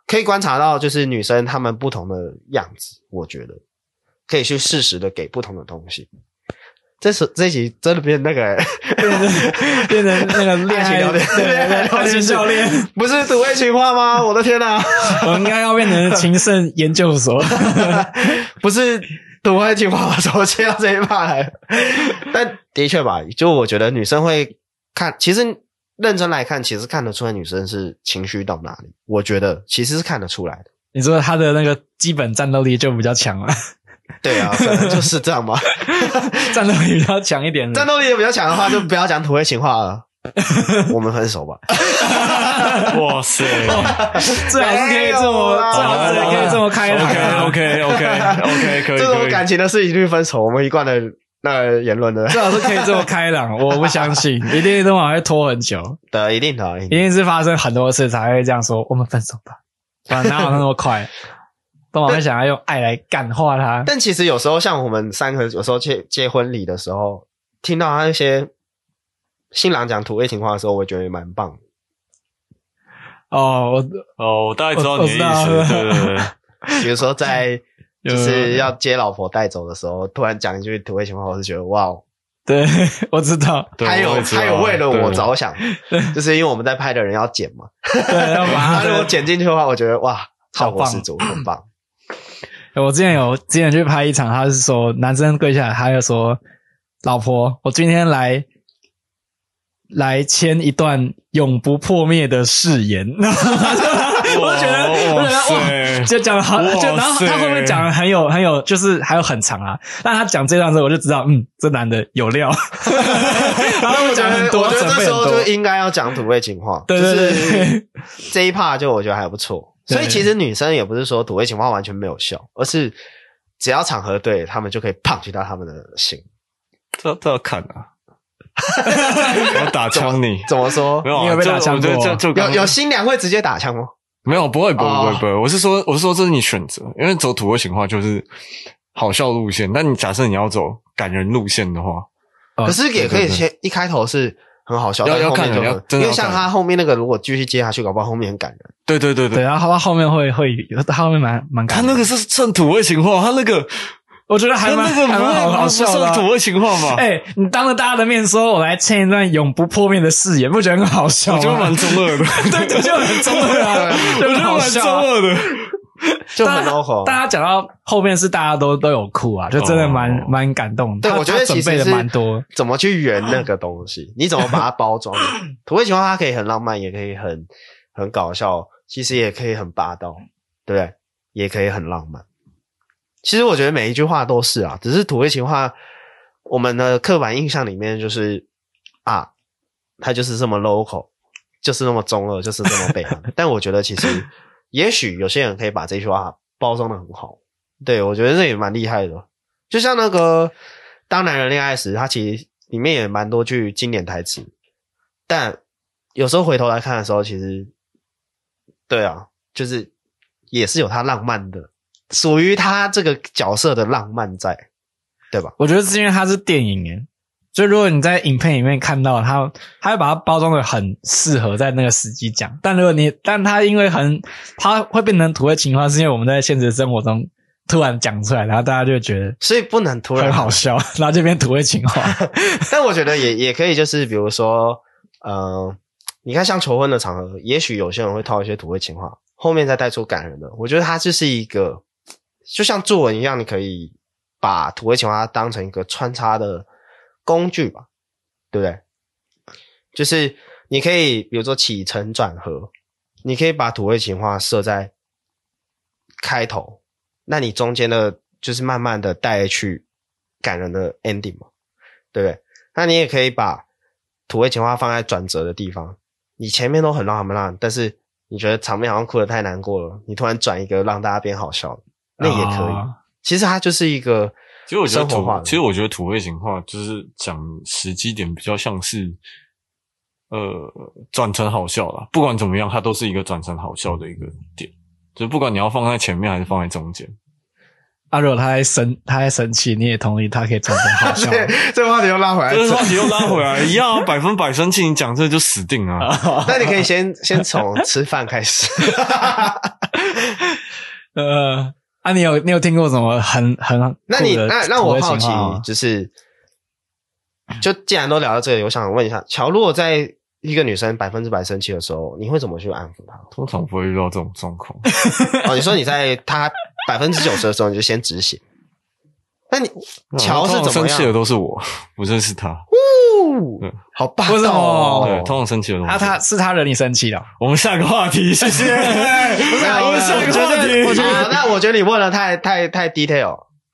Speaker 1: 可以观察到，就是女生她们不同的样子，我觉得可以去适时的给不同的东西。这是这一集真的变那个、
Speaker 2: 变成那个恋
Speaker 1: 爱
Speaker 2: 爱
Speaker 1: 情聊天
Speaker 2: 对，爱情教练，
Speaker 1: 不是土味情话吗？我的天哪、
Speaker 2: 我应该要变成情圣研究所。
Speaker 1: 不是土味情话，我怎么切到这一趴 来了？但的确吧，就我觉得女生会看，其实认真来看，其实看得出来女生是情绪到哪里。我觉得其实是看得出来的。
Speaker 2: 你说他的那个基本战斗力就比较强了，
Speaker 1: 对 啊，可能就是这样吧。
Speaker 2: 战斗力比较强一点 的
Speaker 1: 战。斗力也比较强的话，就不要讲土味情话 了。我们分手吧。
Speaker 3: 哇塞
Speaker 1: 哦
Speaker 2: 最好是可以
Speaker 1: 没
Speaker 2: 这
Speaker 1: 有啊哦
Speaker 2: 么，
Speaker 1: 啦
Speaker 2: 最好是可以这么开
Speaker 3: ，OK
Speaker 2: 朗。
Speaker 3: OK OK OK，可以
Speaker 1: 这
Speaker 3: 可
Speaker 1: 种
Speaker 3: 以。
Speaker 1: 感情的事情去分手，我们一贯的那个言论的
Speaker 2: 最好是可以这么开朗，我不相信，一定都往会拖很久，
Speaker 1: 的一定的，一定
Speaker 2: 一定是发生很多次才会这样说，我们分手 吧，不然哪有那么快？都往会想要用爱来感化他，
Speaker 1: 但其实有时候像我们三个，有时候结结婚礼的时候，听到他那些新郎讲土味情话的时候，我觉得也蛮棒的。
Speaker 2: 哦，我
Speaker 3: 哦，我大概知道
Speaker 2: 我
Speaker 3: 你的
Speaker 2: 我
Speaker 3: 意
Speaker 2: 知道了
Speaker 3: 思，对对对。
Speaker 1: 比如说 在
Speaker 2: 有
Speaker 1: 就是要接老婆带走的时候，突然讲一句土味情话，我是觉得哇哦，
Speaker 2: 对 我知道，
Speaker 3: 对
Speaker 1: 他
Speaker 3: 我
Speaker 1: 有
Speaker 3: 也知道
Speaker 1: 他有为了我
Speaker 3: 对
Speaker 1: 着想，就是因为我们在拍的人要剪 嘛，
Speaker 2: 对，要把
Speaker 1: 他
Speaker 2: 他
Speaker 1: 如果剪进去的话，我觉得哇，效果
Speaker 2: 好棒
Speaker 1: 十足，很棒。
Speaker 2: 我之前有之前去拍一场，他是说男生跪下来，他就说：“老婆，我今天来来签一段永不破灭的誓言。” 然后他 就我就觉得，我
Speaker 3: 哇
Speaker 2: 就
Speaker 1: 哦
Speaker 2: 觉得哇。
Speaker 3: 塞，
Speaker 2: 就讲得好，
Speaker 3: 哇
Speaker 2: 就然后他
Speaker 3: 塞
Speaker 2: 后面讲的很有很有，就是还有很长啊。但他讲这段的时候，我就知道，嗯，这男的有 料。然后
Speaker 1: 我觉
Speaker 2: 我讲
Speaker 1: 得
Speaker 2: 很多，
Speaker 1: 我觉得
Speaker 2: 准
Speaker 1: 这
Speaker 2: 备
Speaker 1: 时
Speaker 2: 很
Speaker 1: 候
Speaker 2: 多。
Speaker 1: 就应该要讲土味情话，
Speaker 2: 对对
Speaker 1: 就是
Speaker 2: 对，
Speaker 1: 这一 part 就我觉得还不错。
Speaker 2: 对
Speaker 1: 所以其实女生也不是说土味情话完全没有效，而是只要场合对，他们就可以胖去到他们的心。
Speaker 3: 这这要看啊！ 我要打枪你，
Speaker 1: 怎么说
Speaker 3: 没？有
Speaker 2: 你
Speaker 3: 啊？
Speaker 2: 有被打
Speaker 3: 就
Speaker 2: 枪
Speaker 3: 我觉得
Speaker 2: 过
Speaker 3: 这就
Speaker 1: 有
Speaker 3: 刚
Speaker 1: 有新娘会直接打枪吗？
Speaker 3: 没有？不会不会不
Speaker 1: 哦
Speaker 3: 会不会，我是说我是说这是你选择，因为走土味情话就是好笑路线，但你假设你要走感人路线的话，
Speaker 2: 哦
Speaker 1: 可是也可以
Speaker 3: 对对对
Speaker 1: 先一开头是很好笑，
Speaker 3: 要
Speaker 1: 但
Speaker 3: 要
Speaker 1: 后面
Speaker 3: 看
Speaker 1: 就
Speaker 3: 人要
Speaker 1: 很
Speaker 3: 真的要
Speaker 1: 因为像
Speaker 3: 看
Speaker 1: 他后面那个，如果继续接下去，搞不好后面很感人。
Speaker 3: 对对对
Speaker 2: 对，
Speaker 1: 啊
Speaker 3: 对，
Speaker 2: 然后他后面会会，他后面蛮蛮感
Speaker 3: 他
Speaker 2: 人的。
Speaker 3: 那个是算土味情话，他那个
Speaker 2: 我觉得
Speaker 3: 他
Speaker 2: 还蛮
Speaker 3: 那个不
Speaker 2: 还蛮好
Speaker 3: 会
Speaker 2: 好
Speaker 3: 不
Speaker 2: 笑的
Speaker 3: 算
Speaker 2: 啊。
Speaker 3: 土味情话嘛？
Speaker 2: 哎、你当着大家的面说我来签一段永不破灭的誓言，不觉得很好笑
Speaker 3: 我
Speaker 1: 哦
Speaker 2: 吗？
Speaker 3: 觉得蛮中二的，
Speaker 2: 对，对，就很中二啊，
Speaker 3: 我
Speaker 2: 就很
Speaker 3: 觉得
Speaker 2: 好
Speaker 3: 蛮中
Speaker 2: 笑啊、
Speaker 3: 二的。
Speaker 1: 就很
Speaker 2: 大家
Speaker 1: local
Speaker 2: 大家讲到后面是大家都都有哭啊，就真的蛮、
Speaker 3: 哦
Speaker 2: 蛮感动。
Speaker 1: 对，
Speaker 2: 他
Speaker 1: 我觉得
Speaker 2: 他
Speaker 1: 其
Speaker 2: 准
Speaker 1: 实
Speaker 2: 备的
Speaker 1: 是
Speaker 2: 蛮多。
Speaker 1: 怎么去圆那个东西，你怎么把它包 装？土味情话它可以很浪漫，也可以很很搞笑，其实也可以很霸道，对不对？也可以很浪漫。其实我觉得每一句话都是啊，只是土味情话，我们的刻板印象里面就是啊，它就是这么 local，就是那么中二，就是这么北 韩。但我觉得其实，也许有些人可以把这句话包装的很好，对我觉得这也蛮厉害的。就像那个《当男人恋爱时》，它其实里面也蛮多句经典台词，但有时候回头来看的时候，其实，对啊，就是也是有他浪漫的，属于他这个角色的浪漫在，对吧？
Speaker 2: 我觉得是因为它是电影耶，就如果你在影片里面看到它，它会把它包装的很适合在那个时机讲。但如果你，但它因为很，它会变成土味情话，是因为我们在现实生活中突然讲出来，然后大家就觉得
Speaker 1: 所以不能突然
Speaker 2: 很好笑，然后就变土味情 话。
Speaker 1: 但我觉得也也可以，就是比如说，呃，你看像求婚的场合，也许有些人会套一些土味情话，后面再带出感人的。我觉得它就是一个，就像作文一样，你可以把土味情话当成一个穿插的工具吧，对不对？就是你可以比如说起承转合，你可以把土味情话设在开头，那你中间的就是慢慢的带去感人的 ending 嘛，对不对？那你也可以把土味情话放在转折的地方，你前面都很让他们烂，但是你觉得场面好像哭的太难过了，你突然转一个让大家变好笑的，那也可以。
Speaker 2: 啊
Speaker 1: 其实它就是一个
Speaker 3: 其实我觉得
Speaker 1: 生活化
Speaker 3: 土，
Speaker 1: 的
Speaker 3: 其实我觉得土味情话就是讲时机点比较像是呃转成好笑了。不管怎么样，它都是一个转成好笑的一个点，就是不管你要放在前面还是放在中间。
Speaker 2: 啊，如果他在生他在生气，你也同意他可以转成 好笑吗。
Speaker 1: 对，哎这个话题又拉回来。
Speaker 3: 这个话题又拉 回来，一样啊百分百生气，你讲这就死定啊
Speaker 1: 啊
Speaker 3: 了。
Speaker 1: 那你可以先 先从吃饭开始。
Speaker 2: 呃，啊，你有你有听过什么很很酷的
Speaker 1: 那你那那我好奇
Speaker 2: 土味情话吗，
Speaker 1: 就是，就既然都聊到这里，我想问一下，乔，如果在一个女生百分之百生气的时候，你会怎么去安抚 她？
Speaker 3: 通常不会遇到这种状况。
Speaker 1: 哦，你说你在她百分之九十的时候，你就先止血。那你 乔是
Speaker 3: 通常
Speaker 1: 怎么
Speaker 3: 生气的
Speaker 1: 样？
Speaker 3: 都是嗯我， 不认识他。
Speaker 1: 呜
Speaker 3: 对
Speaker 1: 好霸
Speaker 2: 为什
Speaker 1: 道
Speaker 2: 么
Speaker 3: 对
Speaker 1: 哦，！
Speaker 3: 通常生气的都是
Speaker 2: 啊，
Speaker 3: 我
Speaker 2: 他是他惹你生气哦了，
Speaker 3: 我们下个话题，谢谢。
Speaker 1: 不是啊
Speaker 3: 我们下
Speaker 1: 我
Speaker 3: 一
Speaker 1: 觉
Speaker 3: 个话题
Speaker 1: 得，我觉 得，那我觉得你问的太太太 detail。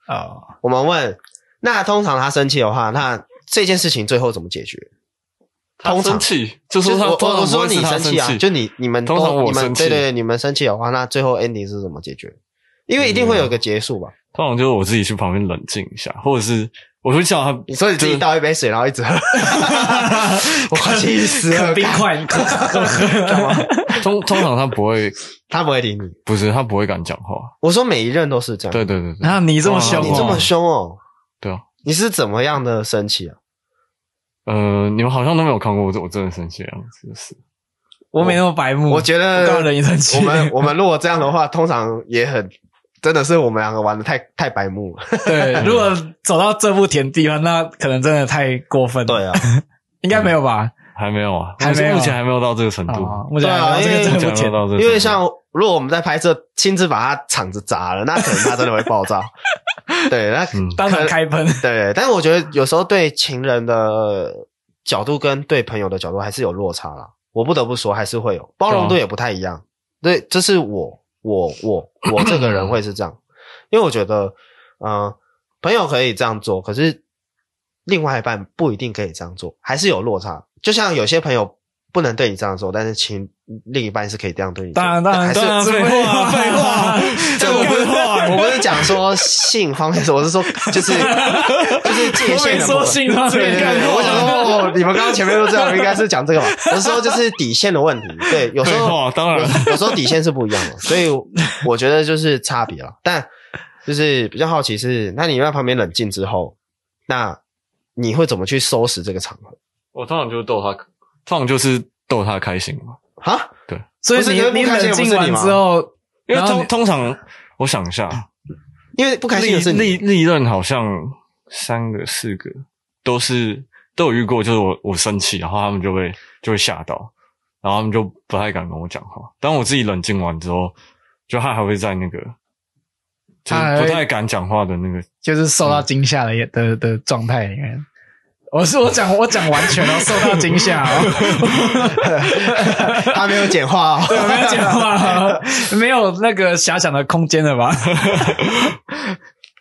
Speaker 2: 哦，
Speaker 1: 我们问，那通常她生气的话，那这件事情最后怎么解决？
Speaker 3: 他
Speaker 1: 通常
Speaker 3: 生气，就说
Speaker 1: 是
Speaker 3: 他
Speaker 1: 我
Speaker 3: 通
Speaker 1: 我
Speaker 3: 常
Speaker 1: 我
Speaker 3: 不
Speaker 1: 说
Speaker 3: 会
Speaker 1: 你
Speaker 3: 是他
Speaker 1: 生
Speaker 3: 生
Speaker 1: 气啊，就你你们都
Speaker 3: 通常我
Speaker 1: 你们
Speaker 3: 生气
Speaker 1: 对对对，你们生气的话，那最后 ending 是怎么解决？因为一定会有个结束 吧？
Speaker 3: 通常就是我自己去旁边冷静一下，或者是我就叫他，
Speaker 1: 你说你自己倒一杯水，然后一直喝， 我气死了！
Speaker 2: 冰块，你可
Speaker 1: 干嘛？
Speaker 3: 通通常他不会，
Speaker 1: 他不会理你。
Speaker 3: 不是他不会敢讲话。
Speaker 1: 我说每一任都是这样，
Speaker 3: 对对对对，
Speaker 2: 然后你这么凶
Speaker 1: 哦
Speaker 2: 哦，
Speaker 1: 你这么凶哦，
Speaker 3: 对啊，
Speaker 1: 你是怎么样的生气啊？
Speaker 3: 呃，你们好像都没有看过我，我真的生气的样子，就是
Speaker 2: 我没那么白目，
Speaker 3: 嗯
Speaker 1: 我觉得
Speaker 2: 我刚刚惹你生气，
Speaker 1: 我们 我们如果这样的话，通常也很真的是我们两个玩的太太白目了。
Speaker 2: 对，如果走到这步田地的话，那可能真的太过分了，
Speaker 1: 对啊，
Speaker 2: 应该没有吧？
Speaker 3: 还没有啊，
Speaker 2: 还没有
Speaker 3: 目前还没有到这个程度，
Speaker 2: 啊，目前
Speaker 1: 对啊
Speaker 2: 来讲
Speaker 1: 因为
Speaker 2: 这个
Speaker 3: 目前
Speaker 2: 这步
Speaker 3: 还没
Speaker 2: 田，
Speaker 3: 有到这个程度，
Speaker 1: 因为像如果我们在拍摄，亲自把他场子砸了，那可能他真的会爆 炸。对，那
Speaker 3: 嗯
Speaker 2: 当
Speaker 1: 可
Speaker 2: 场
Speaker 1: 能
Speaker 2: 开喷，
Speaker 1: 对，但是我觉得有时候对情人的角度跟对朋友的角度还是有落差啦。我不得不说，还是会有包容
Speaker 2: 哦
Speaker 1: 度也不太一样。对，这是我我我我这个人会是这样，因为我觉得，呃，朋友可以这样做，可是另外一半不一定可以这样做，还是有落差。就像有些朋友不能对你这样做，但是情另一半是可以这样对你做。
Speaker 2: 当然当然
Speaker 1: 还是
Speaker 2: 当然，
Speaker 3: 这废话废话
Speaker 1: 这我不是我不是讲说性方面，我是说就是就是界
Speaker 2: 我
Speaker 1: 限
Speaker 2: 没
Speaker 1: 的部
Speaker 2: 说
Speaker 1: 分。
Speaker 2: 性方
Speaker 1: 对
Speaker 2: 面
Speaker 1: 对
Speaker 2: 干
Speaker 1: 对，
Speaker 2: 话，
Speaker 1: 我想说，哦，你们刚刚前面都知道，应该是讲这个吧？我是说，就是底线的问题。对，有时
Speaker 3: 废
Speaker 1: 候
Speaker 3: 话，哦当然
Speaker 1: 有有时候底线是不一样的，所以我觉得就是差别了。但就是比较好奇是，那你在旁边冷静之后，那你会怎么去收拾这个场合？
Speaker 3: 我通常就是逗他，通常就是逗他开心嘛。
Speaker 1: 啊，
Speaker 2: 所以
Speaker 1: 不是
Speaker 2: 你
Speaker 1: 可是不
Speaker 2: 你
Speaker 1: 开心
Speaker 2: 冷
Speaker 1: 的不
Speaker 2: 静
Speaker 1: 是
Speaker 2: 完
Speaker 1: 你吗
Speaker 2: 之后，
Speaker 3: 因为
Speaker 2: 然后
Speaker 3: 通
Speaker 2: 你
Speaker 3: 通常我想一下，
Speaker 1: 因为不开心
Speaker 3: 历
Speaker 1: 的是
Speaker 3: 历
Speaker 1: 你，
Speaker 3: 历任好像三个四个都是都有遇过，就是我我生气，然后他们就会就会吓到，然后他们就不太敢跟我讲话。当我自己冷静完之后，就他还会在那个就
Speaker 2: 他还
Speaker 3: 是
Speaker 2: 会
Speaker 3: 不太敢讲话的那个，
Speaker 2: 就是受到惊吓的的的状态里面。我是我讲我讲完全了，受到惊吓哦，
Speaker 1: 他没有简化哦。
Speaker 2: 对， 我没有讲话，没有那个遐想的空间了吧？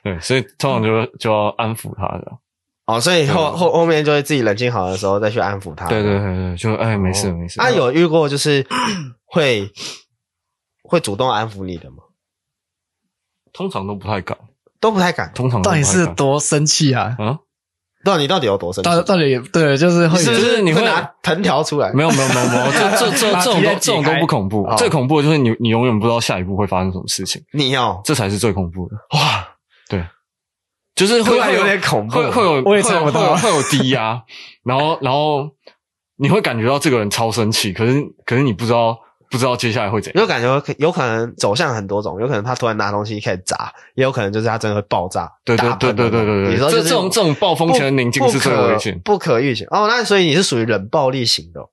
Speaker 3: 对，所以通常就就要安抚他的。
Speaker 1: 哦，所以后后后面就会自己冷静好的时候再去安抚他。
Speaker 3: 对对对对，就哎没事
Speaker 1: 啊哦
Speaker 3: 没事。
Speaker 1: 啊，有遇过就是会会主动安抚你的吗？
Speaker 3: 通常都不太敢，
Speaker 1: 都不太敢。
Speaker 3: 通常 都
Speaker 2: 到底
Speaker 3: 不太
Speaker 2: 是
Speaker 3: 敢嗯
Speaker 2: 多生气啊？
Speaker 3: 啊？
Speaker 1: 到底你到底有多生气？
Speaker 2: 到到底对，就是会
Speaker 1: 是不
Speaker 3: 就是是你会
Speaker 1: 拿藤条出来？
Speaker 3: 没有没有没有没有， 这这这这
Speaker 2: 把
Speaker 3: 种都
Speaker 2: 皮带解开
Speaker 3: 这种都不恐怖
Speaker 1: 哦，
Speaker 3: 最恐怖的就是你你永远不知道下一步会发生什么事情，
Speaker 1: 你哦，
Speaker 3: 这才是最恐怖的。
Speaker 1: 哇，
Speaker 3: 对，就是
Speaker 1: 突
Speaker 3: 会
Speaker 1: 然
Speaker 3: 会
Speaker 1: 有点恐怖。
Speaker 3: 会会有
Speaker 2: 我也
Speaker 3: 会
Speaker 2: 猜
Speaker 3: 有
Speaker 2: 不
Speaker 3: 会
Speaker 2: 到
Speaker 3: 有会有低压，然后然后你会感觉到这个人超生气，可是可是你不知道不知道接下来会怎样。
Speaker 1: 就感觉可有可能走向很多种，有可能他突然拿东西开始砸，也有可能就是他真的会爆炸。
Speaker 3: 对对
Speaker 1: 大
Speaker 3: 对
Speaker 1: 喷的
Speaker 3: 对对对
Speaker 1: 你
Speaker 3: 对，
Speaker 1: 说
Speaker 3: 这
Speaker 1: 就是
Speaker 3: 这种这种暴风前的宁静
Speaker 1: 不
Speaker 3: 是最危险。
Speaker 1: 不可不可预期。哦，那所以你是属于冷暴力型的哦，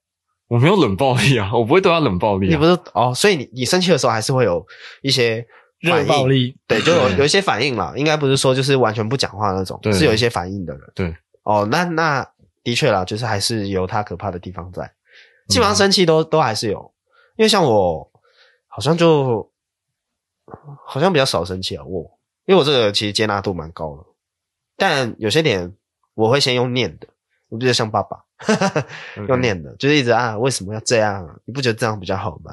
Speaker 3: 我没有冷暴力啊，我不会对他冷暴力
Speaker 1: 你
Speaker 3: 啊
Speaker 1: 不。是哦？所以你你生气的时候还是会有一些
Speaker 2: 热
Speaker 1: 反
Speaker 2: 暴
Speaker 1: 应，
Speaker 2: 力，
Speaker 1: 对，就有
Speaker 3: 对
Speaker 1: 有一些反应啦，应该不是说就是完全不讲话那种，
Speaker 3: 对
Speaker 1: 是有一些反应的人。
Speaker 3: 对，
Speaker 1: 哦，那那的确啦，就是还是有他可怕的地方
Speaker 3: 嗯
Speaker 1: 在，基本上生气都、都还是有，因为像我好像就好像比较少生气啊，我因为我这个其实接纳度蛮高的，但有些点我会先用念的，我比较像爸爸，用 念的，就是一直啊，为什么要这样？你不觉得这样比较好吗？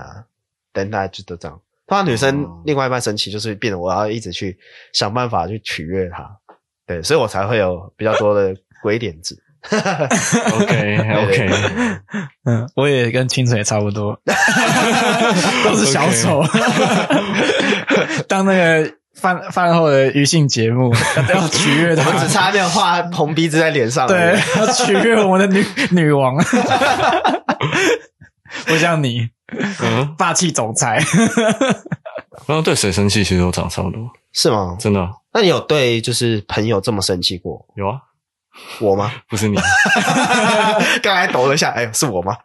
Speaker 1: 等大家就都这样。通常女生
Speaker 3: 哦
Speaker 1: 另外一半生气，就是变得我要一直去想办法去取悦她，对，所以我才会有比较多的鬼点子。
Speaker 3: OK
Speaker 1: 对
Speaker 3: 哎 OK，
Speaker 2: 嗯，我也跟清水差不 多，都是小丑， 当那个饭饭后的娱性节目， 要要取悦
Speaker 1: 我
Speaker 2: 他
Speaker 1: 们，只差没有画红鼻子在脸上。
Speaker 2: 对，，要取悦我们的女 女王，不像你
Speaker 3: 嗯，
Speaker 2: 霸气总裁，
Speaker 3: 然后对谁生气其实都长差不多，
Speaker 1: 是吗？
Speaker 3: 真的啊
Speaker 1: 那你有对就是朋友这么生气过
Speaker 3: 有啊，
Speaker 1: 我吗？
Speaker 3: 不是你，啊
Speaker 1: 刚才抖了一下，哎呦，是我吗？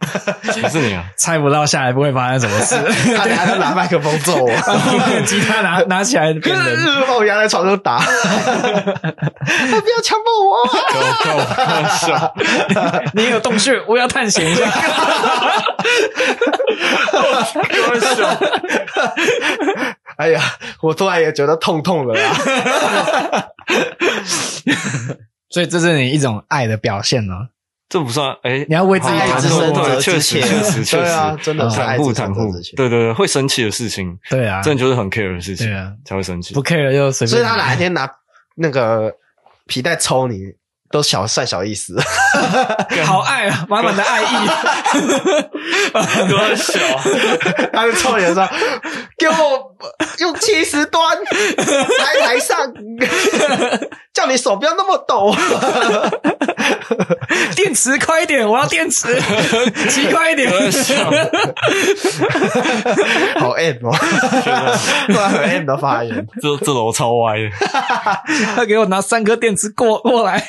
Speaker 3: 不是你啊，
Speaker 2: 猜不到下一步会发生什么事。
Speaker 1: 他等下就拿麦克风揍我，
Speaker 2: 把后面的吉他拿拿起来变人，
Speaker 1: 把我压在床上打。他不要强暴我，
Speaker 3: 开我开我开玩笑，
Speaker 2: 你有洞穴，我要探险一下。
Speaker 3: 开玩笑，
Speaker 1: 哎呀，我突然也觉得痛痛的啦。
Speaker 2: 所以这是你一种爱的表现呢、
Speaker 3: 这不算哎，
Speaker 2: 你要为自己
Speaker 3: 好
Speaker 1: 爱
Speaker 2: 打
Speaker 1: 之
Speaker 2: 破
Speaker 1: 深
Speaker 3: 对
Speaker 1: 责
Speaker 3: 确
Speaker 1: 之切，
Speaker 3: 实确实确
Speaker 1: 对啊
Speaker 3: 实，
Speaker 1: 真的是爱
Speaker 3: 袒
Speaker 1: 之
Speaker 3: 护
Speaker 1: 深
Speaker 3: 袒
Speaker 1: 责
Speaker 3: 护
Speaker 1: 之，切。
Speaker 3: 对对对，会生气的事情，
Speaker 2: 对啊，
Speaker 3: 真的就是很 care 的事情
Speaker 2: 对啊，
Speaker 3: 才会生气
Speaker 2: 不。care 就随便。
Speaker 1: 所以他哪一天拿那个皮带抽你，都小算小意思。
Speaker 2: 好爱啊，满满的爱 意。
Speaker 3: 多小，
Speaker 1: 他就抽你的时候，给我用七十端来台上，叫你手不要那么抖。
Speaker 2: 电池快一点，我要电 池，骑快一点。
Speaker 3: 多小，
Speaker 1: 好 M 哦，突然啊很 M 的发言。
Speaker 3: 这这楼超歪的，
Speaker 2: 他给我拿三颗电池过过来。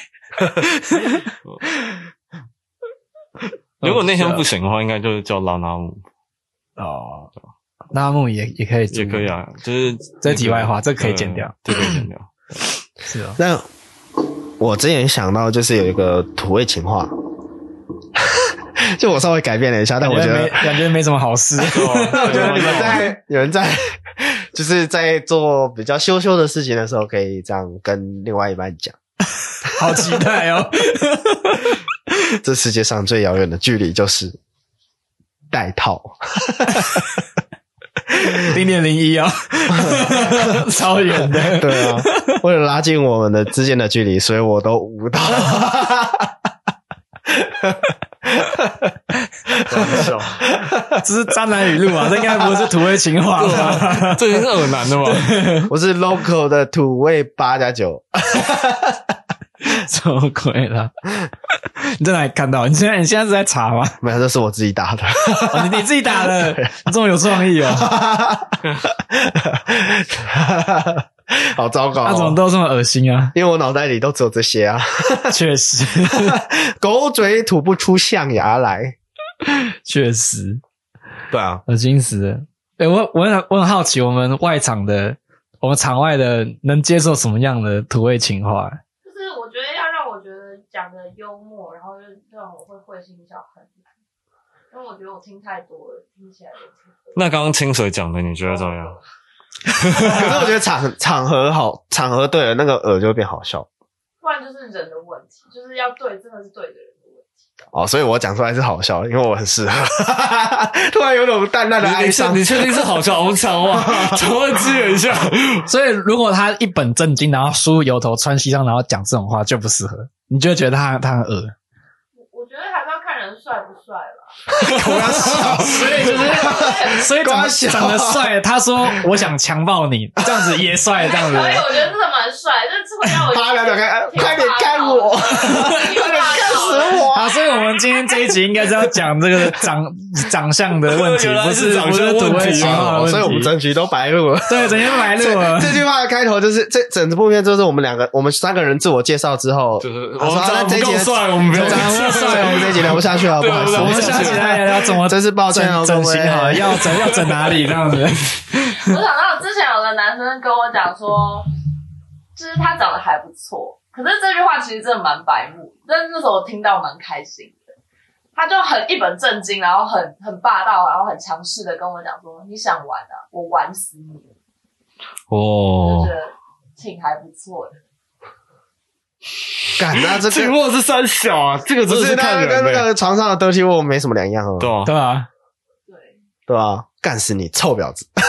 Speaker 3: 如果那天不行的话，应该就是叫拉拉姆
Speaker 2: 哦， 那木也也可以，
Speaker 3: 也可以。啊，就是
Speaker 2: 这
Speaker 3: 那个
Speaker 2: 题外话这可以剪掉，
Speaker 3: 对，这可以 剪掉。
Speaker 2: 是哦，
Speaker 1: 那我之前想到就是有一个土味情话， 就我稍微改变了一下，哎但我觉
Speaker 2: 没
Speaker 1: 得
Speaker 2: 感觉没什么好 事。
Speaker 1: 那我觉得
Speaker 3: 啊
Speaker 1: 你们 在你们在就是在做比较羞羞的事情的时候，可以这样跟另外一半讲。
Speaker 2: 好期待哦！
Speaker 1: 这世界上最遥远的距离就是戴套，
Speaker 2: 零点零 一哦，超远的。
Speaker 1: 对啊， 为了拉近我们的之间的距离，所以我都无套。
Speaker 2: 这是渣男语录啊，这应该不是土味情话吧？
Speaker 3: 啊这已经是耳男的嘛？
Speaker 1: 我是 local 的土味八加九，
Speaker 2: 什么鬼啦？你在哪里看到？你现在你现在是在查吗？
Speaker 1: 没有，这是我自己打的。
Speaker 2: 哦、你你自己打的，你这么有创意哦！
Speaker 1: 好糟糕、
Speaker 2: 那啊怎么
Speaker 1: 哦，
Speaker 2: 都这么恶心 啊？
Speaker 1: 因为我脑袋里都只有这些啊。
Speaker 2: 确实，
Speaker 1: 狗嘴吐不出象牙 来。
Speaker 2: 确实，
Speaker 1: 对啊，
Speaker 2: 恶心死了。哎、我我很我很好奇，我们外场的，我们场外的能接受什么样的土味情话？
Speaker 4: 就是我觉得要让我觉得讲的幽默，然后就让我会会心一笑很难，因为我觉得我听太多了，听起来也挺多。
Speaker 3: 那刚刚清水讲的，你觉得怎么样？
Speaker 1: 可是我觉得场场合好，场合对了，那个耳就会变好笑
Speaker 4: 不然就是人的问题，就是要对，真的是对的人的问题。
Speaker 1: 哦。所以我讲出来是好笑，因为我很适 合。突然有种淡淡的
Speaker 3: 你
Speaker 1: 哀
Speaker 3: 你确
Speaker 1: 伤
Speaker 3: 你。确定是好啊笑？我们场哇， 场外支援一下。
Speaker 2: 所以，如果他一本正经，然后梳油头、穿西装，然后讲这种话，就不适合。你就会觉得他他很恶，
Speaker 4: 我我觉得还是要看人帅不帅 吧。
Speaker 2: 所以就是，所以长
Speaker 1: 瓜
Speaker 2: 得
Speaker 1: 小
Speaker 2: 长得帅，他说我想强暴你，这样子也帅，这 样子
Speaker 4: 所以我觉得真的蛮帅，但是会让 我
Speaker 1: 八秒打开，哎
Speaker 4: 挺
Speaker 1: 快点干我，
Speaker 4: 挺
Speaker 1: 快点
Speaker 4: 霸道的
Speaker 1: 干 死 我啊！
Speaker 2: 啊，所以我们今天这一集应该是要讲这个长长相的问题，
Speaker 3: 原来
Speaker 2: 不
Speaker 3: 是
Speaker 2: 是
Speaker 3: 长
Speaker 2: 不是
Speaker 3: 相
Speaker 2: 土
Speaker 3: 问
Speaker 2: 味
Speaker 3: 题
Speaker 2: 情
Speaker 3: 啊
Speaker 2: 话的问题。
Speaker 1: 哦所以我们整局都白录了。
Speaker 2: 对整天白录 了
Speaker 1: 这。这句话的开头就是这整部片就是我们两个我们三个人自我介绍之后，
Speaker 3: 就是
Speaker 1: 啊
Speaker 3: 我们
Speaker 1: 说
Speaker 3: 长
Speaker 1: 那
Speaker 3: 得
Speaker 1: 这一
Speaker 3: 不
Speaker 1: 集
Speaker 3: 够帅，我们不
Speaker 1: 长
Speaker 3: 要
Speaker 1: 得不够帅，我们这一集聊不下去 了，不
Speaker 3: 对
Speaker 1: 好意思，
Speaker 3: 我
Speaker 2: 我
Speaker 3: 们
Speaker 2: 们下期来 聊怎么
Speaker 1: 真是抱歉哦
Speaker 2: 整整
Speaker 1: 各位
Speaker 2: 形好了，要整要整哪里这样子？
Speaker 4: 我想到之前有个男生跟我讲说，就是他长得还不错，可是这句话其实真的蛮白目，但是那时候我听到蛮开心的。他就很一本正经，然后很很霸道，然后很强势的跟我讲说：“你想玩啊，我玩死你。”我
Speaker 3: 哦
Speaker 4: 就觉，得挺还不错的。
Speaker 1: 干那这
Speaker 3: 寂
Speaker 1: 个
Speaker 3: 寞是三小啊，这个
Speaker 1: 不
Speaker 3: 真的
Speaker 1: 是
Speaker 3: 是
Speaker 1: 那
Speaker 3: 看
Speaker 1: 跟
Speaker 3: 人欸
Speaker 1: 那
Speaker 3: 的。
Speaker 1: 个床上的 dirty work 没什么两样啊，
Speaker 3: 对啊，
Speaker 2: 对吧？
Speaker 4: 对
Speaker 1: 对吧？干死你臭婊子！
Speaker 4: 对，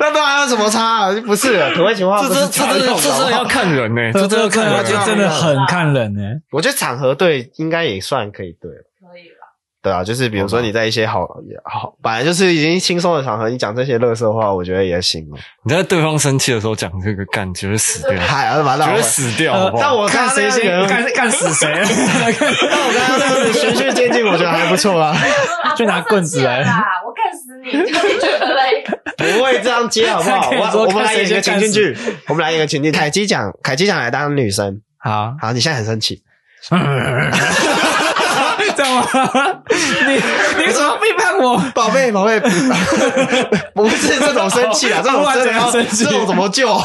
Speaker 1: 那当然有什么差啊？不 是土味情话
Speaker 3: 这
Speaker 1: 不
Speaker 3: 真
Speaker 1: 是
Speaker 3: 这
Speaker 1: 常
Speaker 3: 真
Speaker 1: 用的，
Speaker 3: 的这真的要看人呢、欸这
Speaker 2: 这
Speaker 3: 真
Speaker 2: 这
Speaker 3: 的
Speaker 2: 真的
Speaker 3: 要看人，
Speaker 1: 这
Speaker 2: 真的很看人呢、欸
Speaker 1: 我觉得场合对应该也算可以对了。
Speaker 4: 可以了。
Speaker 1: 对啊，就是比如说你在一些好好，本来就是已经轻松的场合，你讲这些乐色话，我觉得也行啊了。
Speaker 3: 你在对方生气的时候讲这个干，绝对死掉，
Speaker 1: 嗨，啊完了
Speaker 3: 绝
Speaker 1: 我
Speaker 3: 对呃死掉，好不
Speaker 1: 但
Speaker 3: 好？
Speaker 1: 我
Speaker 2: 看
Speaker 1: 刚刚
Speaker 2: 谁
Speaker 1: 那
Speaker 2: 先
Speaker 1: 个
Speaker 2: 干干死谁，
Speaker 1: 但我刚刚那个循序渐进，我觉得还不错啊。
Speaker 2: 就拿棍子来
Speaker 4: 来啦！我干死你！你觉得 嘞？
Speaker 1: 不会这样接好 不好？
Speaker 2: 可以说
Speaker 1: 我我们
Speaker 2: 看
Speaker 1: 来
Speaker 2: 谁
Speaker 1: 演一个情
Speaker 2: 先
Speaker 1: 境剧，我们来演一个情境。凯基讲，凯基讲来当女生。
Speaker 2: 啊好，
Speaker 1: 好，你现在很生气，
Speaker 2: 这样吗？ 你你怎么背叛我？
Speaker 1: 宝贝，宝贝，不是这种生气啊，这种真的要
Speaker 2: 不然怎样生气
Speaker 1: 这种怎么 救？掉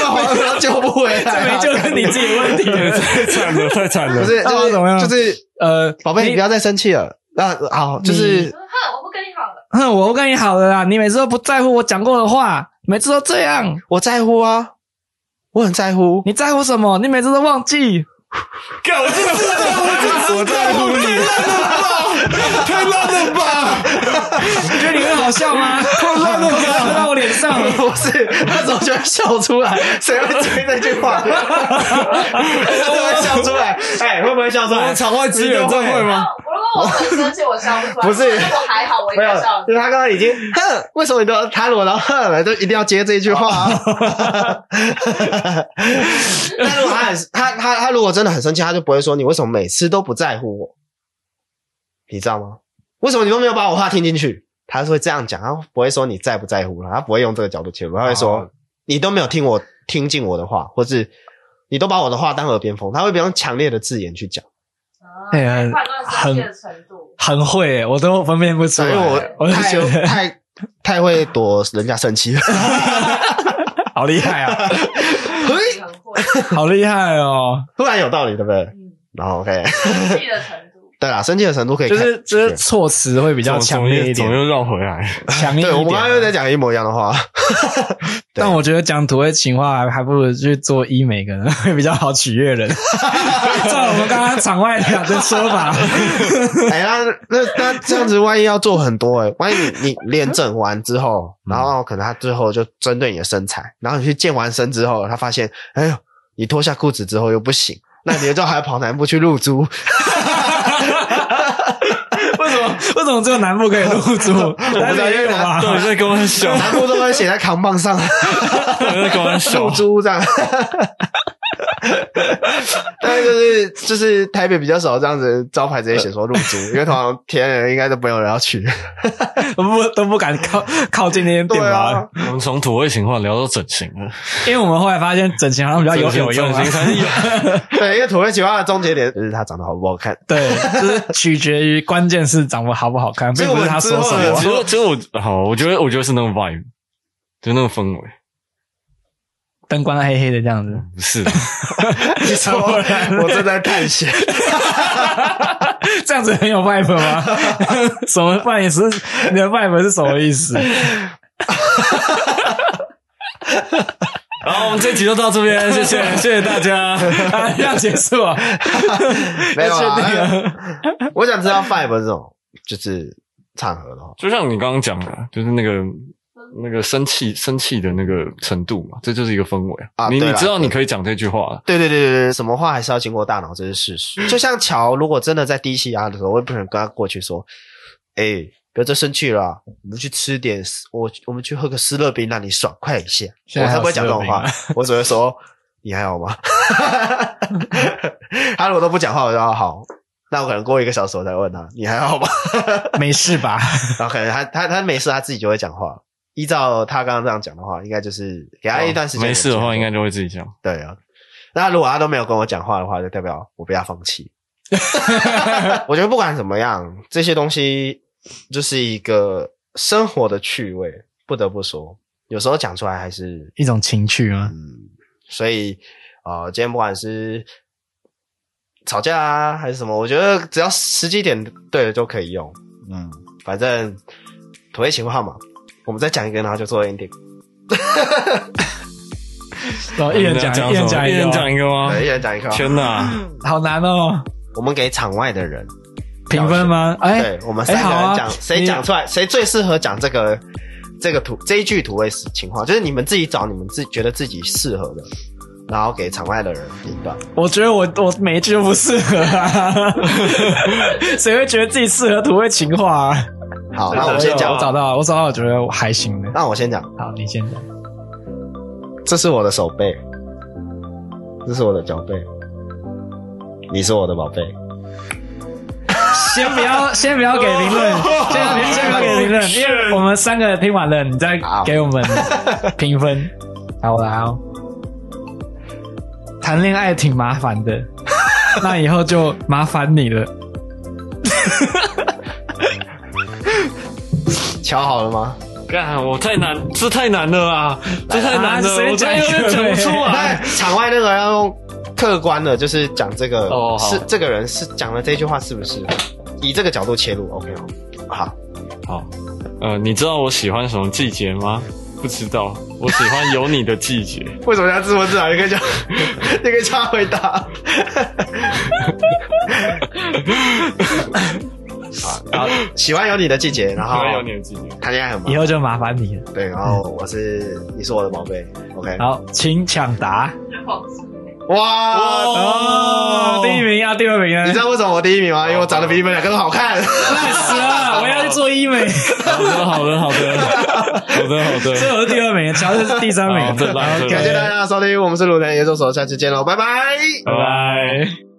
Speaker 1: 到黄河救不回来
Speaker 2: 这
Speaker 1: 啊，
Speaker 2: 没就是你自己的问题了。
Speaker 3: 太惨了，太惨了！
Speaker 1: 不是
Speaker 2: 那我怎么样
Speaker 1: 就是就是
Speaker 2: 呃，
Speaker 1: 宝贝，你
Speaker 2: 你
Speaker 1: 不要再生气了。那好，就是
Speaker 4: 哼，我不跟你好了。
Speaker 2: 哼，我跟你好了啦，你每次都不在乎我讲过的话，每次都这样，
Speaker 1: 我在乎啊，我很在乎。
Speaker 2: 你在乎什么？你每次都忘记。
Speaker 3: 干，我真的知道，我真的知道，我在乎 你，太烂了 吧，
Speaker 2: 你觉得你会好笑吗？我烂了，喷到我脸上。
Speaker 1: 不是，他怎么就会笑出来？谁会追那句 话？他怎么会笑出来？哎、会不会笑出
Speaker 3: 太烂
Speaker 1: 来
Speaker 3: 了吧！我们？场外资源这样会
Speaker 2: 嗯
Speaker 4: 然
Speaker 3: 吗？
Speaker 4: 后如果哦我很生气，我笑不出来。
Speaker 1: 不是
Speaker 4: 如果我还好，我应
Speaker 1: 没有
Speaker 4: 该笑，得
Speaker 1: 就
Speaker 4: 出来。
Speaker 1: 是他刚刚已 经哼，为什么你都要他如果到哼哎了，就一定要接这句话、 啊？但如果他很他他他如果真的很生气，他就不会说你为什么每次都不在乎我，你知道吗？为什么你都没有把我话听进去？他是会这样讲，他不会说你在不在乎了，他不会用这个角度切入，他会说、
Speaker 3: 哦
Speaker 1: 你都没有听我听进我的话，或是你都把我的话当耳边风，他会不用强烈的字眼去讲。
Speaker 4: 啊
Speaker 2: 哎呀
Speaker 4: 判断生气的程度。
Speaker 2: 很会、我都分辨不出
Speaker 1: 因
Speaker 2: 来。
Speaker 1: 为我
Speaker 2: 我就
Speaker 1: 太
Speaker 2: 觉得
Speaker 1: 太太会躲人家生气 了。
Speaker 2: 好厉害啊，
Speaker 1: 嘿，
Speaker 4: 很会，
Speaker 2: 好厉害哦！
Speaker 1: 突然有道理，对不对？
Speaker 4: 嗯，
Speaker 1: 然后 OK，
Speaker 4: 生气的程度。
Speaker 1: 对啦，生气的程度可以
Speaker 2: 就
Speaker 1: 看
Speaker 2: 是就是措辞会比较强烈一
Speaker 3: 总
Speaker 2: 点，
Speaker 3: 又绕回来。
Speaker 2: 强烈
Speaker 1: 对我
Speaker 2: 一
Speaker 1: 们刚刚
Speaker 2: 点。啊
Speaker 1: 又在讲一模一样的 话，
Speaker 2: 但我觉得讲土味情话还还不如去做医美，可能 会比较好取悦人。 照我们刚刚场外讲的说法，
Speaker 1: 哎呀，那那那这样子，万一要做很多哎、 万一你你脸整完之后，
Speaker 2: 嗯
Speaker 1: 然后可能他最后就针对你的身材，然后你去健完身之后，他发现，哎呦，你脱下裤子之后又不行，那你就还要跑南部去露珠，
Speaker 2: 为什么为什么只有南部可以入住？南北也有吧？
Speaker 3: 到底 在跟我笑，
Speaker 1: 南部都会写在扛棒上，
Speaker 3: 到底在跟我笑
Speaker 1: 露。珠这样。 但是就是就是台北比较少这样子招牌直接写说露 珠，因为通常天人应该都没有人要去。
Speaker 2: 都不都不敢靠靠近那间店
Speaker 1: 对
Speaker 2: 吧
Speaker 1: 啊，，
Speaker 3: 我们从土味情话聊到整形了，
Speaker 2: 因为我们后来发现整形好像比较有有用啊
Speaker 3: 整。形才是有。
Speaker 1: 对，因为土味情话的终结点 就是他长得好不好 看。
Speaker 2: 对，就是取决于关键是长得好不好看，
Speaker 1: 所
Speaker 2: 并
Speaker 1: 以
Speaker 2: 不是
Speaker 1: 我
Speaker 2: 他
Speaker 1: 之
Speaker 2: 说
Speaker 1: 后
Speaker 2: 什
Speaker 1: 呢
Speaker 2: 么。
Speaker 3: 只有只有我好，我觉得我觉得是那个 vibe，就那个氛围，
Speaker 2: 灯关的黑黑的这样子，
Speaker 3: 不 是。
Speaker 1: 你说我正在探 险，
Speaker 2: 这样子很有 vibe 吗？ 什么 vibe 是你的 vibe 是什么意思？
Speaker 3: 然后我们这集就到这边， 谢谢谢谢大家。
Speaker 2: 啊，这样结束啊？
Speaker 1: 没有
Speaker 2: 要确定
Speaker 1: 啊。
Speaker 2: 啊
Speaker 1: 我想知道 Five 这种就是场合的话，
Speaker 3: 就像你刚刚讲的，就是那个那个生气生气的那个程度嘛，这就是一个氛围
Speaker 1: 啊
Speaker 3: 你
Speaker 1: 对
Speaker 3: 你
Speaker 1: 啦
Speaker 3: 知道你可以讲这句话了，
Speaker 1: 对对对对对，什么话还是要经过大脑，这是事实。就像乔，如果真的在低气压的时候，我也不能跟他过去说：“哎、不要再生气了啊、我们去吃点，我我们去喝个斯乐冰，让你爽快一下。”
Speaker 2: 现
Speaker 1: 我
Speaker 2: 在还
Speaker 1: 才
Speaker 2: 有
Speaker 1: 不会讲这种话
Speaker 2: 斯，
Speaker 1: 我只会说：“你还好吗？” 他如果都不讲话，我就要好。那我可能过一个小时我才问他：“你还好吗
Speaker 2: 没事吧？？”
Speaker 1: 然后可能他他他没事，他自己就会讲话。依照他刚刚这样讲的话，应该就是给他一段时间
Speaker 3: 哦没事的话，应
Speaker 1: 该。
Speaker 3: 该就会自己讲。
Speaker 1: 对啊，那如果他都没有跟我讲话的话，就代表我被他放弃。我觉得不管怎么样，这些东西就是一个生活的趣味，不得不说，有时候讲出来还是
Speaker 2: 一种情趣吗？
Speaker 1: 嗯，所以呃，今天不管是吵架啊还是什么，我觉得只要时机点对了就可以用。
Speaker 2: 哦
Speaker 1: 嗯，反正土味情话嘛，我们再讲一个，然后就做 ending。
Speaker 2: 然后一人讲
Speaker 3: 什么
Speaker 2: 一人讲
Speaker 3: 一
Speaker 2: 个
Speaker 3: 人讲一个吗？嗯
Speaker 1: 对，一人讲一个啊。
Speaker 3: 天哪！
Speaker 2: 好难哦。
Speaker 1: 我们给场外的人
Speaker 2: 评分吗？哎
Speaker 1: 对，我们三个人讲，谁？
Speaker 2: 哎好
Speaker 1: 讲
Speaker 2: 啊
Speaker 1: 出来，谁最适合讲这个这个土这一句土味情话，就是你们自己找你们自己觉得自己适合的，然后给场外的人评断。
Speaker 2: 你我觉得我我每一句都不适合 啊，谁会觉得自己适合土味情话啊？
Speaker 1: 好，那我先
Speaker 2: 我
Speaker 1: 讲，啊
Speaker 2: 找到了，我找到，我觉得我还行的。
Speaker 1: 那我先讲，
Speaker 2: 好，你先讲。
Speaker 1: 这是我的手背，这是我的脚背，你是我的宝贝。
Speaker 2: 先不要，先不要给 评论，先不要先不要给评论，因为我们三个听完了，你再给我们 评分。好，我来哦。谈恋爱挺麻 烦的，那以后就麻烦你了。
Speaker 1: 瞧好了吗？
Speaker 3: 干，我太难，这太难了啊，这太难
Speaker 2: 啊
Speaker 3: 了，
Speaker 2: 谁
Speaker 3: 我
Speaker 2: 讲
Speaker 3: 真的有点讲不出
Speaker 1: 那
Speaker 2: 哎
Speaker 3: 来。
Speaker 1: 场外那个要用客观的，就是讲这个、
Speaker 3: 哦好
Speaker 1: 是这个人是讲了这句话是不是？以这个角度切入，OK 吗？好，
Speaker 3: 好，呃，你知道我喜欢什么季节吗？不知道，我喜欢有你的季节。
Speaker 1: 为什么要自问自答？你 可以叫，你可以叫他回答。好，然后喜欢有你的季节，然
Speaker 3: 喜
Speaker 1: 后
Speaker 3: 欢有你的季节。
Speaker 1: 谈恋爱很忙
Speaker 2: 以，后就麻烦你了。
Speaker 1: 对，然后我是你是我的宝贝，OK，
Speaker 2: 好，请抢答。
Speaker 1: 哇，
Speaker 2: 哦，第一名啊，第二名啊，
Speaker 1: 你知道为什么我第一名吗？因为我长得比你们两个都好看。
Speaker 2: 烂死了！我要去做医美，所
Speaker 3: 好的，好的，好的，好的，好
Speaker 2: 以
Speaker 3: 的。
Speaker 2: 我是第二名，乔治是第三名
Speaker 1: 哦
Speaker 3: 好。这烂这烂
Speaker 1: 感谢大家的收听，我们是鲁南研究所，下次见喽，拜拜。
Speaker 3: 拜
Speaker 2: 拜
Speaker 3: 拜。
Speaker 2: 拜。